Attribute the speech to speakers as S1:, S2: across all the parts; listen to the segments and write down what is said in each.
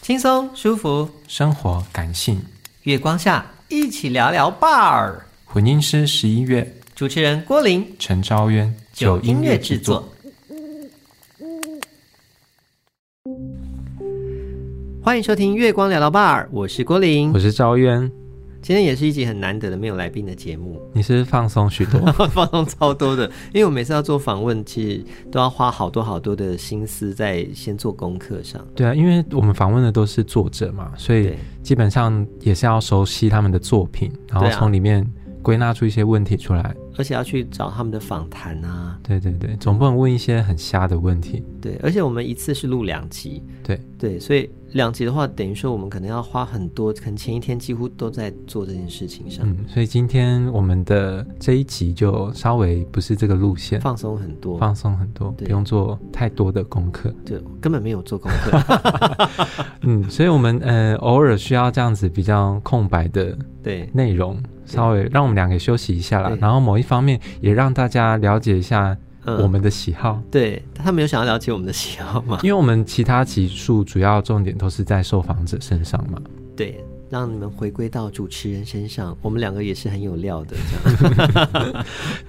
S1: 轻松舒服，
S2: 生活感性，
S1: 月光下一起聊聊吧儿。
S2: 混音师十一月，
S1: 主持人郭林，
S2: 陈昭渊，
S1: 九音乐制作。。欢迎收听《月光聊聊吧儿》，我是郭林
S2: 我。是昭渊，
S1: 今天也是一集很难得的没有来宾的节目，，
S2: 你是不是放松许多
S1: 放松超多的。因为我每次要做访问，其实都要花好多好多的心思在先做功课上。
S2: 对啊，因为我们访问的都是作者嘛，所以
S1: 对
S2: 基本上也是要熟悉他们的作品，然后
S1: 对啊
S2: 从里面归纳出一些问题出来。
S1: 而且要去找他们的访谈啊，
S2: 对对对，总不能问一些很瞎的问题。
S1: 对，而且我们一次是录两集，
S2: 对
S1: 对，所以两集的话，等于说我们可能要花很多，可能前一天几乎都在做这件事情上，
S2: 嗯，所以今天我们的这一集就稍微不是这个路线，
S1: 放松很多，
S2: 放松很多，
S1: 对
S2: 不用做太多的功课。
S1: 对，根本没有做功课，
S2: 嗯，所以我们呃偶尔需要这样子比较空白的
S1: 对
S2: 内容，稍微让我们两个休息一下啦
S1: 对。
S2: 然后某一方面也让大家了解一下
S1: 嗯
S2: 我们的喜好，
S1: 对，他们有想要了解我们的喜好吗？
S2: 因为我们其他集数主要重点都是在受访者身上嘛。
S1: 对，让你们回归到主持人身上，我们两个也是很有料的，这样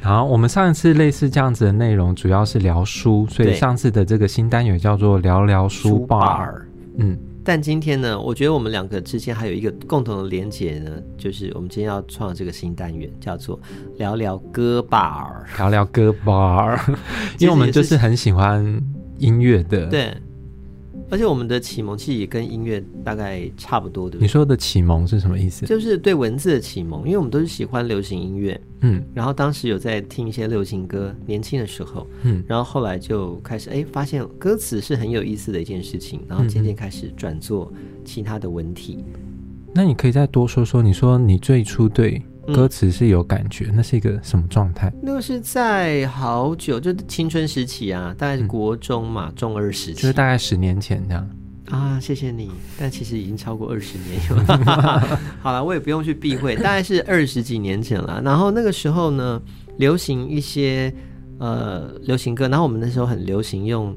S2: 然后我们上一次类似这样子的内容，主要是聊书，所以
S1: 对
S2: 上次的这个新单元叫做聊聊书吧。
S1: 儿。
S2: 嗯，
S1: 但今天呢，我觉得我们两个之间还有一个共同的连结呢，就是我们今天要创的这个新单元叫做“聊聊歌吧儿
S2: 聊聊歌吧，
S1: 其实
S2: 因为我们
S1: 也
S2: 就是是很喜欢音乐”。的。，
S1: 对，而且我们的启蒙其实也跟音乐大概差不多，对不对？
S2: 你说的启蒙是什么意思？
S1: 就是对文字的启蒙，因为我们都是喜欢流行音乐，
S2: 嗯
S1: 然后当时有在听一些流行歌，年轻的时候，
S2: 嗯，
S1: 然后后来就开始哎，发现歌词是很有意思的一件事情，然后渐渐开始转做其他的文体。
S2: 嗯那你可以再多说说，你说你最初对
S1: 嗯
S2: 歌词是有感觉，那是一个什么状态？
S1: 那个是在好久，就是青春时期啊，大概
S2: 嗯
S1: 是国中嘛，中二时
S2: 就是
S1: 期
S2: 大概十年前这样。
S1: 啊。谢谢你，但其实已经超过二十年了。 好了，我也不用去避 讳，大概是二十几年前了。然后那个时候呢，流行一些呃流行歌，然后我们那时候很流行用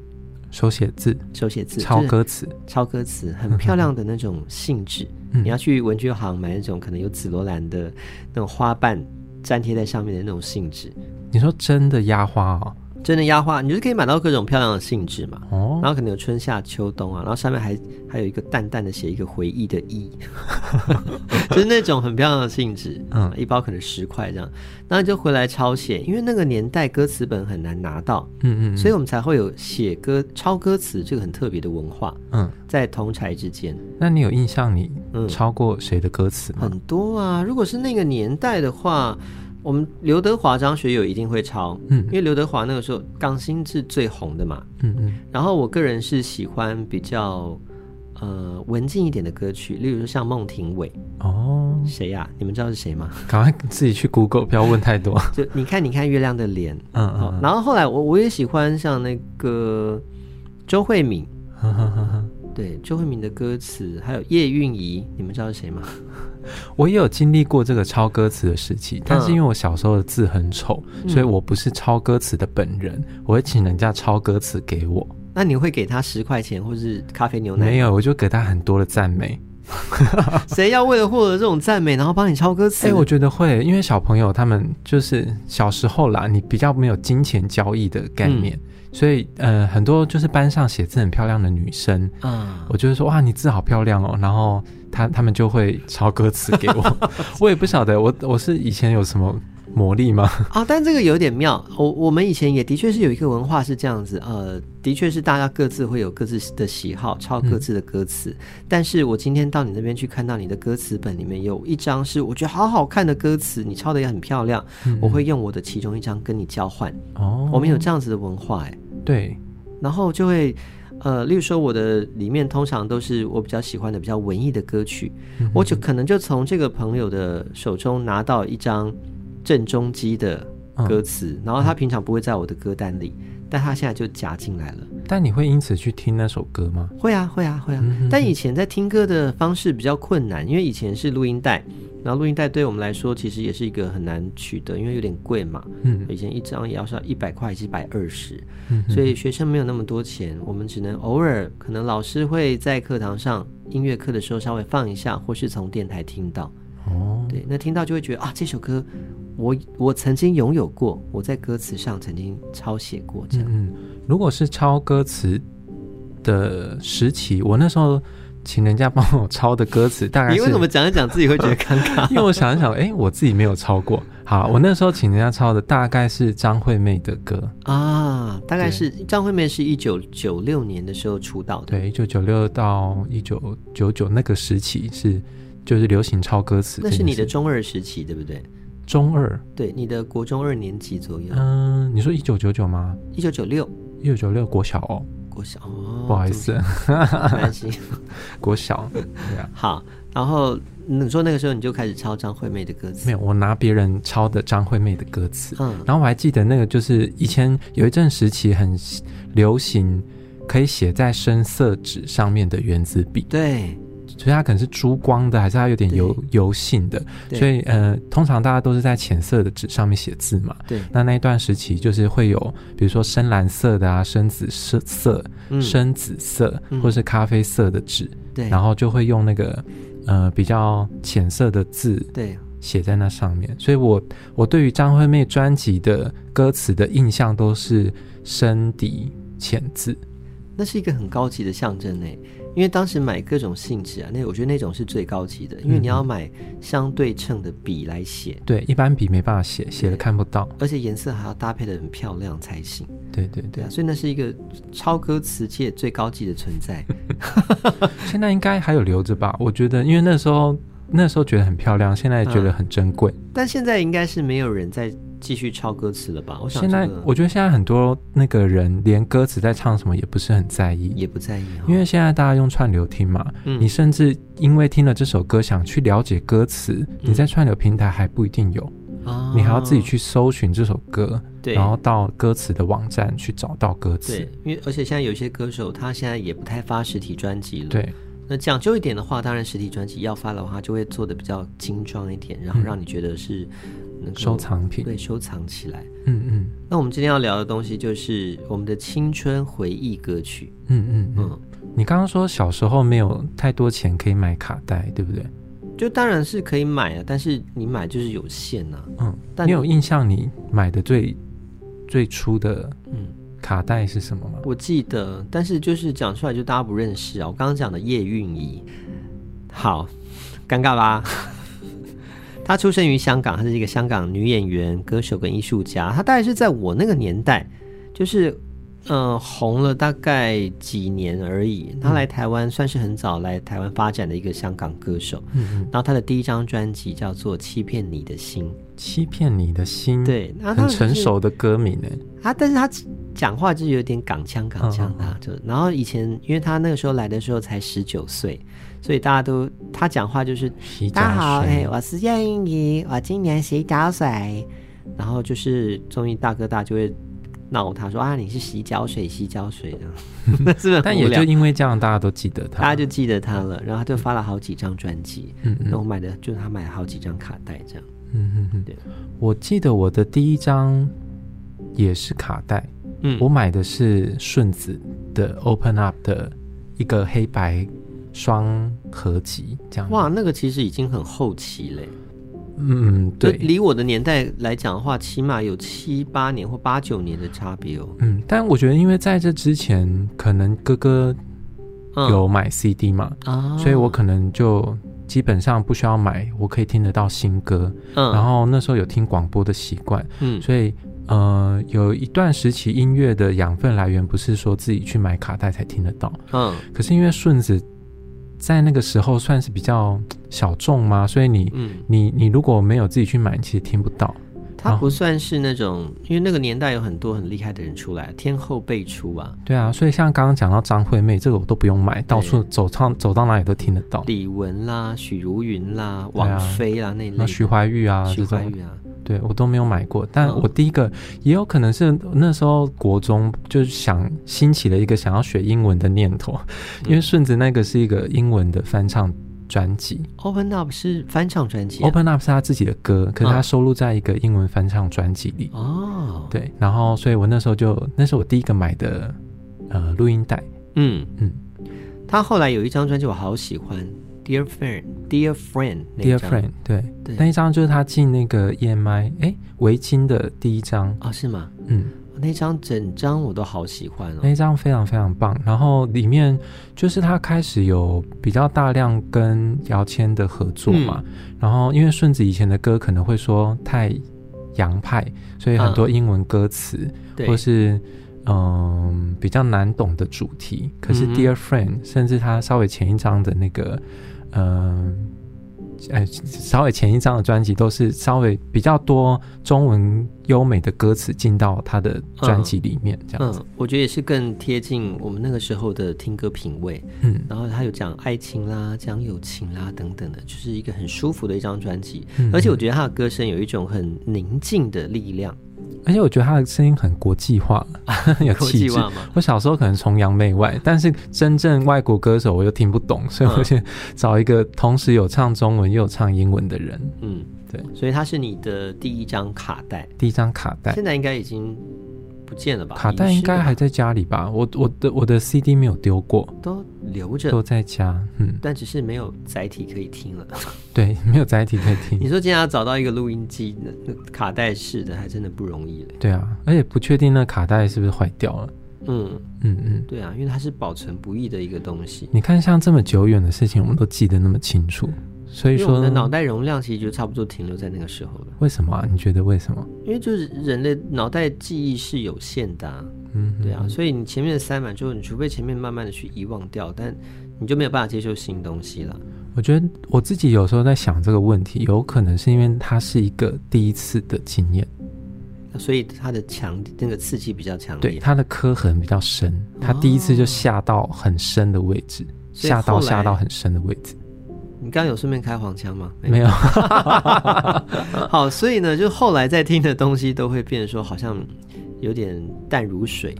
S2: 手写字、
S1: 手写字，
S2: 抄
S1: 就是
S2: 歌词，
S1: 超歌词，很漂亮的那种性质。
S2: 嗯
S1: 你要去文具行买那种可能有紫罗兰的那种花瓣粘贴在上面的那种性质，
S2: 你说真的压花哦？
S1: 真的压花，你就是可以买到各种漂亮的性质嘛。
S2: 哦，
S1: 然后可能有春夏秋冬啊，然后上面还还有一个淡淡的写一个回忆的忆， 就是那种很漂亮的性质，
S2: 嗯
S1: 嗯，一包可能十块这样，那就回来抄写，因为那个年代歌词本很难拿到，
S2: 嗯嗯嗯，
S1: 所以我们才会有写歌抄歌词这个很特别的文化，
S2: 嗯，
S1: 在同才之间，
S2: 那你有印象你
S1: 嗯，
S2: 抄过谁的歌词吗？
S1: 很多啊。如果是那个年代的话，我们刘德华、张学友一定会抄，
S2: 嗯
S1: 因为刘德华那个时候港星是最红的嘛。
S2: 嗯嗯
S1: 然后我个人是喜欢比较呃文静一点的歌曲，例如说像孟庭苇，
S2: 哦，
S1: 谁呀、你们知道是谁 吗？
S2: 赶快自己去 Google，不要问 太多。
S1: 就你看，你看月亮的脸。
S2: 嗯
S1: 哦
S2: 嗯，
S1: 然后后来我我也喜欢像那个周慧敏，
S2: 嗯哼哼哼
S1: 对周慧敏的歌词，还有叶蕴仪，你们知道是谁吗？
S2: 我也有经历过这个抄歌词的时
S1: 嗯
S2: 期，但是因为我小时候的字很丑，嗯所以我不是抄歌词的本人，我会请人家抄歌词给我。
S1: 嗯那你会给她十块钱或是咖啡牛奶吗
S2: 没有，我就给他很多的赞美。
S1: 谁要为了获得这种赞美，然后帮你抄歌词？
S2: 哎、我觉得会，因为小朋友他们就是小时候啦，你比较没有金钱交易的概念，所以呃，很多就是班上写字很漂亮的女生，
S1: 啊，
S2: 我就会说哇，你字好漂亮哦，然后他他们就会抄歌词给我，我也不晓得我我是以前有什么魔力吗？
S1: 啊，但这个有点妙。我我们以前也的确是有一个文化是这样子，呃，的确是大家各自会有各自的喜好，抄各自的歌词。但是我今天到你那边去看到你的歌词本里面有一张是我觉得好好看的歌词，你抄的也很漂亮，我会用我的其中一张跟你交换。
S2: 嗯哦，
S1: 我们有这样子的文化、哎，
S2: 对，
S1: 然后就会。呃，例如说我的里面通常都是我比较喜欢的比较文艺的歌曲，我就可能就从这个朋友的手中拿到一张郑中基的
S2: 嗯
S1: 歌词，然后他平常不会在我的歌单里，但他现在就夹进来了。
S2: 但你会因此去听那首歌吗？
S1: 会啊，会啊，会啊。但以前在听歌的方式比较困难，因为以前是录音带，然后录音带对我们来说其实也是一个很难取得，因为有点贵嘛。
S2: 嗯嗯
S1: 以前一张也要上一百块，一百二十，所以学生没有那么多钱，我们只能偶尔，可能老师会在课堂上音乐课的时候稍微放一下，或是从电台听到。
S2: 哦，
S1: 对，那听到就会觉得啊，这首歌我我曾经拥有过，我在歌词上曾经抄写过这
S2: 嗯
S1: 样。
S2: 嗯，如果是抄歌词的时期，我那时候请人家帮我抄的歌词，大概
S1: 你
S2: 是
S1: 为什么讲一讲自己会觉得尴尬？
S2: 因为我想一想，哎、我自己没有抄过。好，我那时候请人家抄的大概是张惠妹的歌，
S1: 啊，大概是张惠妹是一九九六年的时候出道的，
S2: 对，一九九六到一九九九那个时期是就是流行抄歌词这
S1: 那
S2: 件事。
S1: 是你的中二时期，对不对？
S2: 中二，
S1: 对，你的国中二年级左右，
S2: 嗯、你说一九九九吗？
S1: 一九九六
S2: 一九九六国小哦，
S1: 国小，哦，
S2: 不好 意思，
S1: 这么，没关系。
S2: 国小，对啊，
S1: 好，然后你说那个时候你就开始抄张惠妹的歌词，
S2: 没有，我拿别人抄的张惠妹的歌词，
S1: 嗯，
S2: 然后我还记得那个就是以前有一阵时期很流行，可以写在深色纸上面的原子笔，
S1: 对，
S2: 所以它可能是珠光的，还是它有点油油性的，
S1: 对
S2: 所以呃，通常大家都是在浅色的纸上面写字嘛。
S1: 对，
S2: 那那一段时期就是会有，比如说深蓝色的啊、深紫色、色
S1: 嗯，
S2: 深紫色，
S1: 嗯
S2: 或是咖啡色的纸，
S1: 对，
S2: 然后就会用那个呃比较浅色的字
S1: 对，
S2: 写在那上面，所以我我对于张惠妹专辑的歌词的印象都是深底浅字，
S1: 那是一个很高级的象征诶，因为当时买各种性质啊，那我觉得那种是最高级的，因为
S2: 嗯
S1: 你要买相对称的笔来写，
S2: 对，一般笔没办法写，写了看不到，
S1: 而且颜色还要搭配的很漂亮才行。
S2: 对对
S1: 对
S2: 对
S1: 啊，。所以那是一个超歌词界最高级的存 在。
S2: 现在应该还有留着吧？我觉得，因为那时候那时候觉得很漂亮，现在觉得很珍贵。
S1: 但现在应该是没有人再继续抄歌词了吧？我想
S2: 现在
S1: 这个
S2: 我觉得现在很多那个人连歌词在唱什么也不是很在意，
S1: 也不在意哈、
S2: 因为现在大家用串流听嘛，
S1: 嗯
S2: 你甚至因为听了这首歌想去了解歌词，你在串流平台还不一定有，
S1: 嗯啊
S2: 你还要自己去搜寻这首歌。
S1: 对
S2: 然后到歌词的网站去找到歌词
S1: 对。，因为而且现在有些歌手他现在也不太发实体专辑了。，
S2: 对
S1: 那讲究一点的话，当然实体专辑要发的话，就会做的比较精装一点，然后
S2: 嗯
S1: 让你觉得是能够
S2: 收藏品。
S1: 对收藏起来。
S2: 嗯嗯
S1: 那我们今天要聊的东西就是我们的青春回忆歌曲。
S2: 嗯嗯嗯。
S1: 嗯，
S2: 你刚刚说小时候没有太多钱可以买卡带，对不对？
S1: 就当然是可以买啊，但是你买就是有限呐、啊。
S2: 嗯。
S1: 但
S2: 你有印象你买的最最初的
S1: 嗯，
S2: 卡带是什么吗？
S1: 我记得，但是就是讲出来就大家不认识啊。我刚刚讲的叶蕴仪，好 尴尬吧？ 她出生于香港，她是一个香港女演员、歌手跟艺术家。她大概是在我那个年代，就是呃红了大概几年而已。她来台湾算是很早来台湾发展的一个香港歌手。
S2: 嗯嗯。
S1: 然后她的第一张专辑叫做《欺骗你的心》，
S2: 欺骗你的心。。
S1: 对，然后她
S2: 很
S1: 就是
S2: 成熟的歌名呢，
S1: 他，啊但是他讲话就是有点港腔港腔
S2: 嗯
S1: 啊，就然后以前因为他那个时候来的时候才十九岁，所以大家都他讲话就是
S2: 洗
S1: 大家好，
S2: 脚水
S1: 哎、我是叶蕴仪，我今年洗脚水，然后就是综艺大哥大就会闹他说啊你是洗脚水洗脚水的， 那是不是很
S2: 但
S1: 无
S2: 也
S1: 聊
S2: 就？因为这样，大家都记得
S1: 大家
S2: 它。
S1: 就记得他了，然后他就发了好几张专辑，
S2: 嗯嗯
S1: 那我买的就是他买了好几张卡带这样，
S2: 嗯嗯嗯
S1: 对。
S2: 我记得我的第一张也是卡带，
S1: 嗯
S2: 我买的是顺子的 Open Up 的一个黑白双合集，这样。
S1: 哇，那个其实已经很后期嘞。
S2: 嗯，嗯，
S1: 对，
S2: 对，
S1: 离我的年代来讲的话，起码有七八年或八九年的差别哦。
S2: 嗯，但我觉得因为在这之前，可能哥哥
S1: 嗯、
S2: 有买 CD 嘛，
S1: 啊，
S2: 所以我可能就基本上不需要买，我可以听得到新歌。
S1: 嗯，
S2: 然后那时候有听广播的习惯，
S1: 嗯
S2: 所以呃，有一段时期音乐的养分来源不是说自己去买卡带才听得到，
S1: 嗯
S2: 可是因为顺子在那个时候算是比较小众嘛，所以你
S1: 嗯，
S2: 你你如果没有自己去买，你其实听不到。
S1: 他不算是那种，因为那个年代有很多很厉害的人出来，天后辈出啊，
S2: 对啊，所以像刚刚讲到张惠妹，这个我都不用买，到处走唱走到哪里都听得到。
S1: 李玟啦、许茹芸啦、
S2: 对啊
S1: 王菲啦那一类
S2: 那
S1: 的，
S2: 徐怀钰啊，
S1: 徐
S2: 这
S1: 怀
S2: 种
S1: 钰啊，
S2: 对我都没有买过。但
S1: 嗯
S2: 我第一个也有可能是那时候国中就是想兴起了一个想要学英文的念头，
S1: 嗯
S2: 因为顺子那个是一个英文的翻唱专辑
S1: Open Up 是翻唱专辑啊、
S2: ，Open Up 是他自己的歌，可是他收录在一个英文翻唱专辑里。
S1: 哦，
S2: 对，然后所以我那时候就那是我第一个买的呃录音带，
S1: 嗯
S2: 嗯，
S1: 他后来有一张专辑我好喜欢，Dear Friend，Dear Friend 那一
S2: Dear
S1: 张嗯
S2: Friend，对，
S1: 对
S2: 那一张就是他进那个 EMI 哎围巾的第一张，
S1: 哦，是吗？
S2: 嗯，
S1: 那张整张我都好喜欢哦。
S2: 那一张非常非常棒。然后里面就是他开始有比较大量跟姚谦的合作嘛，然后因为顺子以前的歌可能会说太洋派，所以很多英文歌词、
S1: 对
S2: 或，是嗯比较难懂的主题。可是
S1: 嗯
S2: Dear Friend，、甚至他稍微前一张的那个，嗯、哎，稍微前一张的专辑都是稍微比较多中文优美的歌词进到他的专辑里面，这样子。
S1: 嗯，我觉得也是更贴近我们那个时候的听歌品味。
S2: 嗯
S1: 然后他有讲爱情啦，讲友情啦等等的，就是一个很舒服的一张专辑。
S2: 嗯
S1: 而且我觉得他的歌声有一种很宁静的力量，
S2: 而且我觉得他的声音很国际化，有
S1: 国
S2: 气
S1: 际
S2: 质。
S1: 化嘛。
S2: 我小时候可能崇洋媚外，但是真正外国歌手我又听不懂，所以我
S1: 嗯
S2: 先找一个同时有唱中文又有唱英文的人。
S1: 嗯，
S2: 对，
S1: 所以它是你的第一张卡带，
S2: 第一张卡带，
S1: 现在应该已经不见了吧？
S2: 哎卡带
S1: 遗失
S2: 应该
S1: 了吧
S2: 还在家里吧？我我的我的 CD 没有丢过，
S1: 都留着，
S2: 都在家。嗯，
S1: 但只是没有载体可以听了。
S2: 对，没有载体可以
S1: 你
S2: 听。
S1: 说今天要找到一个录音机，那那卡带式的还真的不容易嘞。
S2: 对啊，而且不确定那卡带是不是坏掉了。
S1: 嗯，
S2: 嗯嗯，
S1: 对啊，因为它是保存不易的一个东西。
S2: 你看像这么久远的事情，我们都记得那么清楚，所以
S1: 因为我
S2: 说
S1: 们的脑袋容量其实就差不多停留在那个时候了，
S2: 为什么啊？你觉得为什么？
S1: 因为就是人类脑袋记忆是有限的、啊，
S2: 嗯，
S1: 对啊，所以你前面塞满之后，你除非前面慢慢的去遗忘掉，但你就没有办法接受新东西了。
S2: 我觉得我自己有时候在想这个问题，有可能是因为它是一个第一次的经验，
S1: 那所以它的强那个刺激比较强
S2: 对
S1: 烈，
S2: 它的刻痕比较深，它第一次就下到很深的位置，
S1: 哦所以
S2: 下
S1: 后
S2: 到
S1: 来
S2: 下到很深的位置，
S1: 你刚刚有顺便开黄腔吗？
S2: 没有。
S1: 好，所以呢，就后来在听的东西都会变得说好像有点淡如水，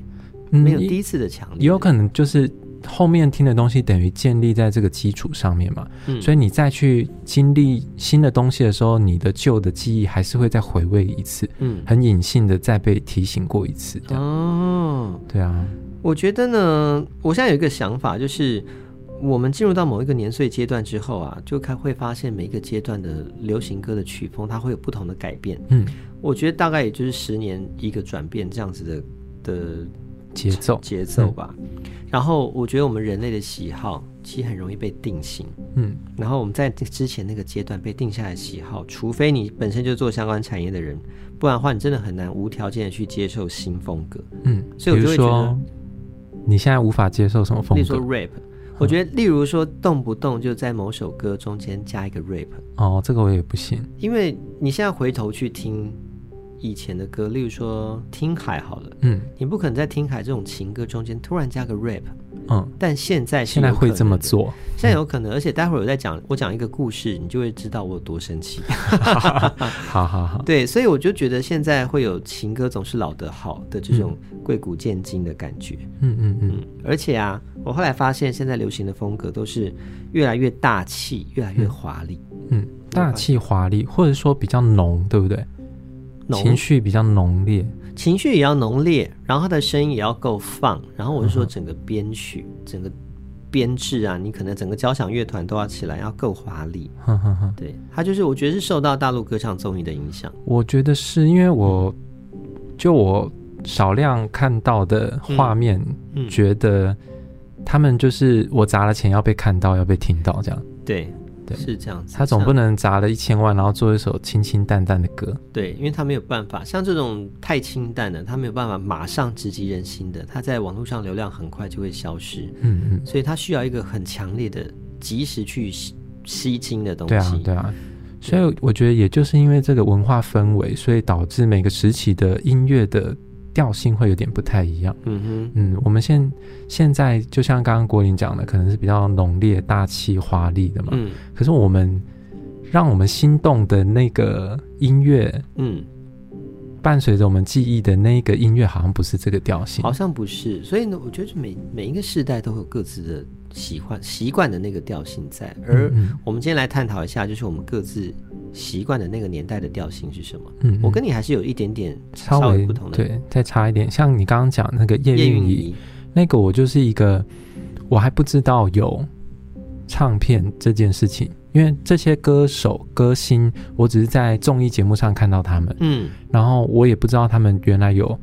S2: 嗯
S1: 没有
S2: 也
S1: 第一次的强烈。
S2: 也有可能就是后面听的东西等于建立在这个基础上面嘛，
S1: 嗯
S2: 所以你再去经历新的东西的时候，你的旧的记忆还是会再回味一次，
S1: 嗯，
S2: 很隐性的再被提醒过一次，这样。
S1: 哦，
S2: 对啊，
S1: 我觉得呢，我现在有一个想法，就是我们进入到某一个年岁阶段之后啊，就开会发现每一个阶段的流行歌的曲风，它会有不同的改变。
S2: 嗯，
S1: 我觉得大概也就是十年一个转变这样子的的
S2: 节奏，
S1: 节奏吧。然后我觉得我们人类的喜好其实很容易被定型，
S2: 嗯，
S1: 然后我们在之前那个阶段被定下来的喜好，除非你本身就做相关产业的人，不然的话你真的很难无条件的去接受新风格。
S2: 嗯，
S1: 所以我
S2: 比
S1: 就会
S2: 如
S1: 觉得
S2: 说，你现在无法接受什么
S1: 例
S2: 风
S1: 如说
S2: 格嗯
S1: rap，我觉得例如说动不动就在某首歌中间加一个 rap，
S2: 哦，这个我也不行。
S1: 因为你现在回头去听以前的歌，例如说听海好了，
S2: 嗯
S1: 你不可能在听海这种情歌中间突然加个 rap，
S2: 嗯，
S1: 但现在是
S2: 现在
S1: 有
S2: 会
S1: 可
S2: 这么
S1: 能的
S2: 做，嗯
S1: 现在有可能，而且待会儿我再讲，我讲一个故事，你就会知道我有多生气。
S2: 好好好，
S1: 对，所以我就觉得现在会有情歌总是老得好的这种贵古见今的感觉。
S2: 嗯嗯嗯
S1: 嗯，而且啊，我后来发现现在流行的风格都是越来越大气，越来越华丽，
S2: 嗯，大气华丽，或者说比较浓，对不对？
S1: 浓
S2: 情绪比较浓烈，
S1: 情绪也要浓烈，然后它的声音也要够放，然后我是
S2: 嗯
S1: 说整个编曲、整个编制啊，你可能整个交响乐团都要起来，要够华丽。
S2: 哼哼哼。
S1: 对，它就是我觉得是受到大陆歌唱综艺的影响。
S2: 我觉得是因为我，
S1: 嗯
S2: 就我少量看到的画面，
S1: 嗯，
S2: 觉得他们就是我砸了钱要被看到，要被听到这样。
S1: 对，
S2: 对
S1: 是这样子。
S2: 他总
S1: 像
S2: 不能砸了一千万，然后做一首清清淡淡的歌。
S1: 对，因为他没有办法，像这种太清淡的，他没有办法马上直击人心的，他在网络上流量很快就会消失，
S2: 嗯嗯，
S1: 所以他需要一个很强烈的、及时去吸吸睛的东西。
S2: 对啊，对啊。所以我觉得，也就是因为这个文化氛围，所以导致每个时期的音乐的调性会有点不太一样。
S1: 嗯
S2: 嗯，我们现现在就像刚刚国林讲的，可能是比较浓烈、大气、华丽的嘛
S1: 哼，。嗯
S2: 可是我们让我们心动的那个音乐，
S1: 嗯，
S2: 伴随着我们记忆的那个音乐，好像不是这个调性
S1: 好。像不是。所以呢，我觉得每每一个世代都会有各自的习惯、习惯的那个调性在。而
S2: 嗯
S1: 我们今天来探讨一下，就是我们各自习惯的那个年代的调性是什么。
S2: 嗯，
S1: 我跟你还是有一点点
S2: 稍
S1: 微
S2: 微
S1: 不同的
S2: 对，再差一点。像你刚刚讲那个叶
S1: 叶
S2: 蕴仪，
S1: 仪，
S2: 那个我就是一个，我还不知道有唱片这件事情，因为这些歌手歌星，我只是在综艺节目上看到他们，
S1: 嗯，
S2: 然后我也不知道他们原来有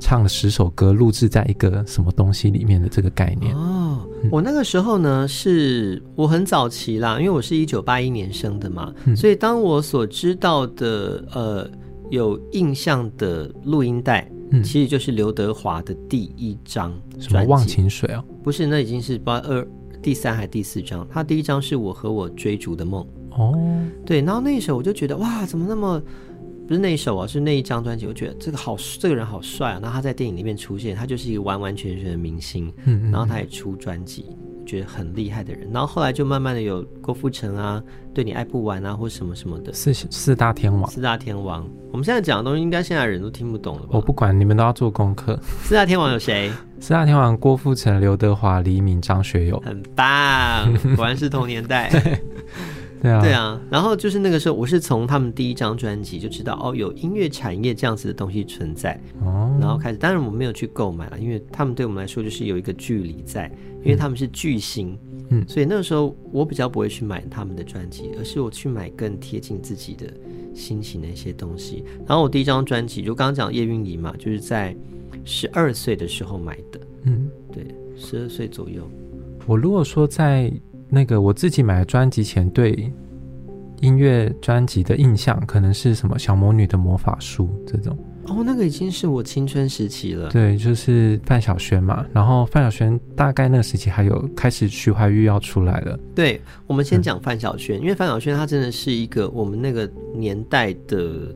S2: 唱了十首歌，录制在一个什么东西里面的这个概念。
S1: 哦，我那个时候呢，是我很早期啦，因为我是一九八一年生的嘛，
S2: 嗯
S1: 所以当我所知道的呃有印象的录音带，
S2: 嗯，
S1: 其实就是刘德华的第一张
S2: 什么
S1: 专
S2: 忘
S1: 辑，
S2: 情水哦，
S1: 不是，那已经是八二第三还第四张，他第一张是我和我追逐的梦，
S2: 哦，
S1: 对，然后那一首我就觉得哇，怎么那么。不是那一首啊，是那一张专辑。我觉得这个好，这个人好帅啊！然后他在电影里面出现，他就是一个完完全全的明星。
S2: 嗯嗯，
S1: 然后他也出专辑，觉得很厉害的人。然后后来就慢慢的有郭富城啊，对你爱不完啊，或什么什么的，
S2: 四四大天王，
S1: 四大天王。我们现在讲的东西，应该现在人都听不懂了吧？
S2: 我不管你们都要做功课。
S1: 四大天王有谁？
S2: 四大天王：郭富城、刘德华、黎明、张学友。
S1: 很 棒，果然是同年代。
S2: 啊对啊，
S1: 对啊，然后就是那个时候，我是从他们第一张专辑就知道哦，有音乐产业这样子的东西存在，
S2: 哦，
S1: 然后开始。当然我没有去购买了，因为他们对我们来说就是有一个距离在，因为他们是巨星，
S2: 嗯
S1: 所以那个时候我比较不会去买他们的专辑，而是我去买更贴近自己的心情的一些东西。然后我第一张专辑就刚刚讲叶蕴仪嘛，就是在十二岁的时候买的，
S2: 嗯，
S1: 对，十二岁左右。
S2: 我如果说在那个我自己买专辑前对音乐专辑的印象，可能是什么《小魔女的魔法书》这种。
S1: 哦，那个已经是我青春时期了。
S2: 对，就是范晓萱嘛。然后范晓萱大概那个时期还有开始徐怀钰要出来了。
S1: 对，我们先讲范晓萱，因为范晓萱她真的是一个我们那个年代的，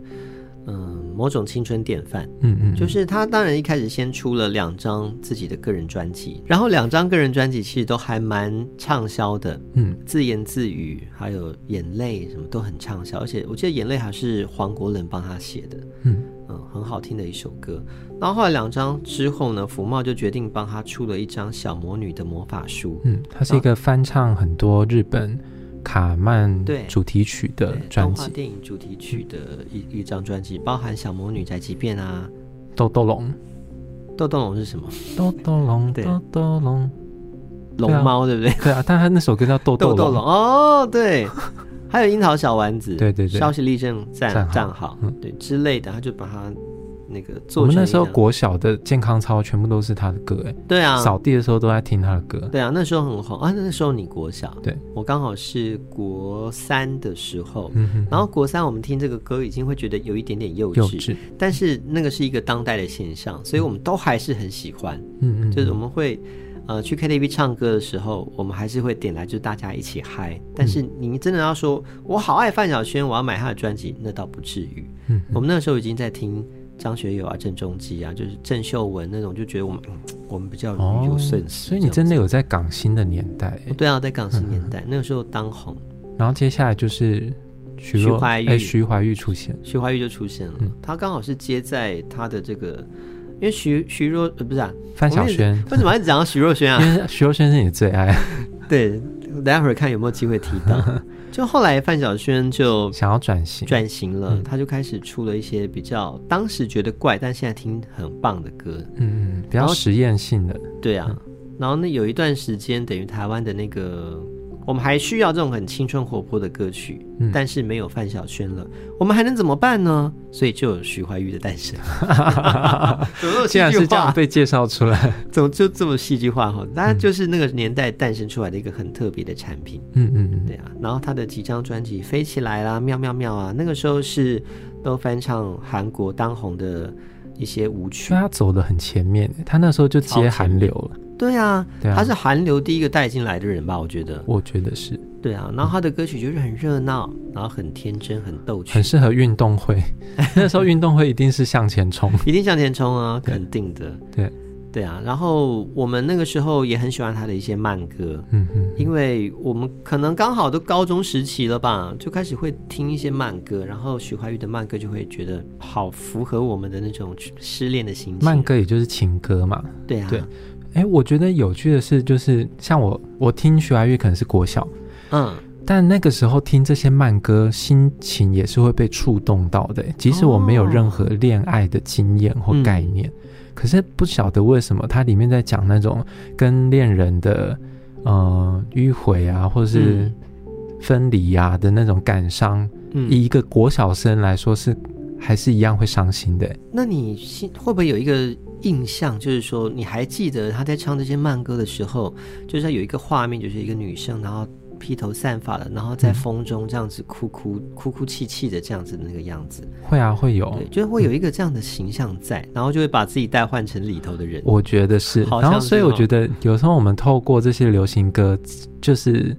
S1: 嗯、某种青春典范。
S2: 嗯嗯，
S1: 就是他当然一开始先出了两张自己的个人专辑，然后两张个人专辑其实都还蛮畅销的，
S2: 嗯
S1: 自言自语还有眼泪什么都很畅销，而且我记得眼泪还是黄国伦帮他写的，
S2: 嗯
S1: 嗯，很好听的一首歌。然后后来两张之后呢，福茂就决定帮他出了一张《小魔女的魔法书》
S2: 嗯，它是一个翻唱很多日本卡曼
S1: 对
S2: 主题曲的
S1: 对
S2: 专
S1: 动画
S2: 辑，
S1: 电影主题曲的一一张专辑，包含《小魔女宅急便》啊，
S2: 《豆豆龙》。
S1: 《豆豆龙》是什么？
S2: 豆豆龙，
S1: 对
S2: 豆豆龙，
S1: 龙
S2: 对啊
S1: 猫，对不对？
S2: 对啊，但他那首歌叫豆
S1: 豆豆龙
S2: 龙，
S1: 哦，对，还有樱桃小丸子，
S2: 对对对
S1: 消息立正站
S2: 站好
S1: 站好，
S2: 嗯
S1: 对之类的，他就把它那个
S2: 我
S1: 做
S2: 们
S1: 成
S2: 那时候
S1: 一张
S2: 国小的健康操全部都是他的歌，
S1: 对
S2: 哎，
S1: 啊，
S2: 扫地的时候都在听他的歌，
S1: 对啊，那时候很红啊，那时候你国小，
S2: 对
S1: 我刚好是国三的时候。
S2: 嗯哼，
S1: 然后国三我们听这个歌已经会觉得有一点点幼稚，
S2: 幼稚，
S1: 但是那个是一个当代的现象，所以我们都还是很喜欢。
S2: 嗯嗯，
S1: 就是我们会呃去 KTV 唱歌的时候，我们还是会点来就大家一起嗨。但
S2: 嗯
S1: 是你真的要说我好爱范晓萱，我要买她的专辑，那倒不至于。
S2: 嗯
S1: 我们那时候已经在听张学友啊、郑中基啊，就是郑秀文那种，就觉得我们、嗯我们比较
S2: 哦
S1: 有有损，失。
S2: 所以你真
S1: 这
S2: 的
S1: 样
S2: 有嗯在港星的年代，哎
S1: 子对啊，在港式年代、那个时候当红，
S2: 然后接下来就是徐
S1: 徐
S2: 若
S1: 怀钰
S2: 哎徐怀钰出现，
S1: 徐怀钰就出现了，
S2: 嗯
S1: 她刚好是接在她的这个。因为徐徐若呃不是啊，
S2: 范晓萱，
S1: 为什么要一直讲到徐若瑄啊？
S2: 因为徐若瑄是你的最爱，
S1: 对，待会儿看有没有机会提 到。就后来范晓萱就
S2: 想要转型，
S1: 转型了，
S2: 嗯
S1: 她就开始出了一些比较当时觉得怪，但现在听很棒的歌。
S2: 嗯嗯，比
S1: 然
S2: 较
S1: 后
S2: 实验性的，
S1: 对啊，然后那有一段时间，等于台湾的那个，我们还需要这种很青春活泼的歌曲，
S2: 嗯
S1: 但是没有范晓萱了，我们还能怎么办呢？所以就有徐怀钰的诞 生。怎么那么
S2: 竟
S1: 戏
S2: 然
S1: 剧
S2: 是这样嗯
S1: 化？
S2: 被介绍出来，
S1: 怎么就这么戏剧化哈？它就是那个年代诞生出来的一个很特别的产品。
S2: 嗯嗯嗯，
S1: 对啊，然后他的几张专辑《飞起来》啦，《妙妙妙》啊，那个时候是都翻唱韩国当红的一些舞曲
S2: 所以。他走的很前面，他那时候就接韩流了，
S1: 对啊，
S2: 对啊
S1: 他是韩流第一个带进来的人吧？我觉得。
S2: 我觉得是
S1: 对啊，
S2: 嗯
S1: 然后他的歌曲就是很热闹，然后很天真，很逗趣
S2: 很，适合运动会。那时候运动会一定是向前冲，
S1: 一定向前冲啊，
S2: 对
S1: 肯定的。
S2: 对，
S1: 对啊，然后我们那个时候也很喜欢他的一些慢歌。
S2: 嗯嗯，
S1: 因为我们可能刚好都高中时期了吧，就开始会听一些慢歌，然后徐怀钰的慢歌就会觉得好符合我们的那种失恋的心情。
S2: 慢，歌也就是情歌嘛。
S1: 对啊，
S2: 对哎，我觉得有趣的是，就是像我，我听徐怀钰可能是国小，
S1: 嗯，
S2: 但那个时候听这些慢歌，心情也是会被触动到的。欸即使我没有任何恋爱的经验或
S1: 哦
S2: 概念，可是不晓得为什么它里面在讲那种跟恋人的呃迂回啊，或是
S1: 嗯
S2: 分离啊的那种感伤，
S1: 嗯
S2: 以一个国小生来说是还是一样会伤心的欸、
S1: 那你心会不会有一个印象，就是说你还记得他在唱这些慢歌的时候，就是他有一个画面，就是一个女生，然后披头散发的，然后在
S2: 嗯
S1: 风中这样子哭哭哭哭泣泣的这样子的那个样子，
S2: 会啊，会有
S1: 对，，就是会有一个这样的形象在，然后就会把自己代换成里头的人。
S2: 我觉得是。
S1: 好
S2: 然后，
S1: 像是
S2: 所以我
S1: 哦
S2: 觉得有时候我们透过这些流行歌，就是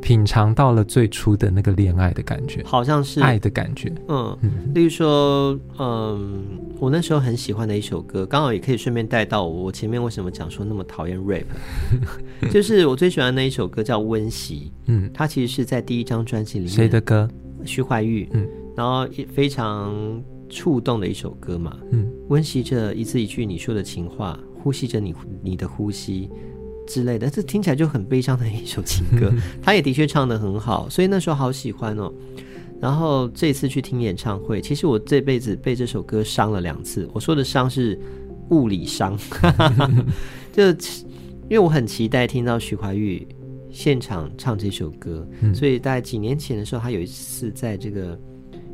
S2: 品尝到了最初的那个恋爱的感觉，
S1: 好像是，
S2: 爱的感觉。
S1: 嗯，
S2: 嗯，
S1: 例如说，嗯，我那时候很喜欢的一首歌，刚好也可以顺便带到我我前面为什么讲说那么讨厌 rap，就是我最喜欢的那一首歌叫《温习》，
S2: 嗯，
S1: 它其实是在第一张专辑里面
S2: 谁的歌？
S1: 徐怀钰，
S2: 嗯，
S1: 然后也非常触动的一首歌嘛，
S2: 嗯，
S1: 温习着一字一句你说的情话，呼吸着你你的呼吸之类的，这听起来就很悲伤的一首情歌，
S2: 嗯
S1: 他也的确唱得很好，所以那时候好喜欢哦。然后这次去听演唱会，其实我这辈子被这首歌伤了两次。我说的伤是物理伤， 就因为我很期待听到徐怀钰现场唱这首歌，
S2: 嗯
S1: 所以大概几年前的时候，他有一次在这个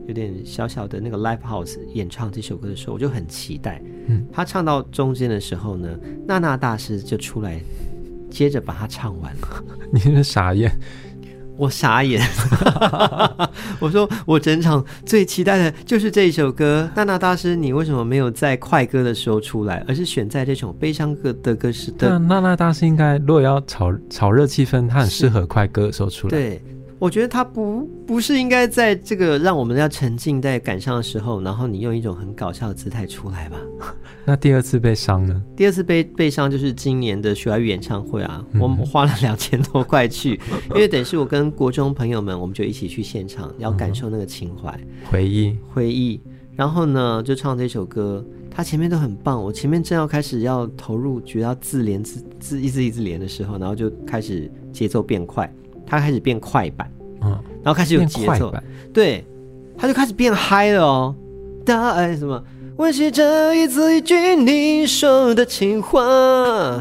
S1: 有点小小的那个 live house 演唱这首歌的时候，我就很期待。
S2: 嗯，
S1: 他唱到中间的时候呢，娜娜大师就出来，接着把它唱完了。
S2: 你是不是傻眼？
S1: 我傻眼， 我说我整场最期待的就是这一首歌。娜娜大师，你为什么没有在快歌的时候出来，而是选在这种悲伤歌的歌时
S2: 那
S1: 的？
S2: 娜娜大师应该，如果要炒炒热气氛，他很适
S1: 是
S2: 合快歌的时候出来。
S1: 对，我觉得他不不是应该在这个让我们要沉浸在感伤的时候，然后你用一种很搞笑的姿态出来吧。
S2: 那第二次被伤呢？
S1: 第二次悲悲伤就是今年的徐怀钰演唱会啊，
S2: 嗯
S1: 我们花了两千多块去，因为等于是我跟国中朋友们，我们就一起去现场，要感受那个情怀。
S2: 回忆，
S1: 回忆，然后呢就唱这首歌，它前面都很棒。我前面正要开始要投入，觉得要自连自自一字一字连的时候，然后就开始节奏变快，它开始变快板，
S2: 嗯，
S1: 然后开始有
S2: 变
S1: 节
S2: 快
S1: 奏，
S2: 板，
S1: 对，它就开始变嗨了哦。答案什么？温习这一字一句你说的情话，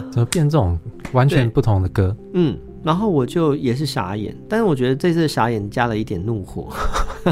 S2: 怎么变这种完全
S1: 对
S2: 不同的歌？
S1: 嗯，然后我就也是傻眼，但是我觉得这次的傻眼加了一点怒火，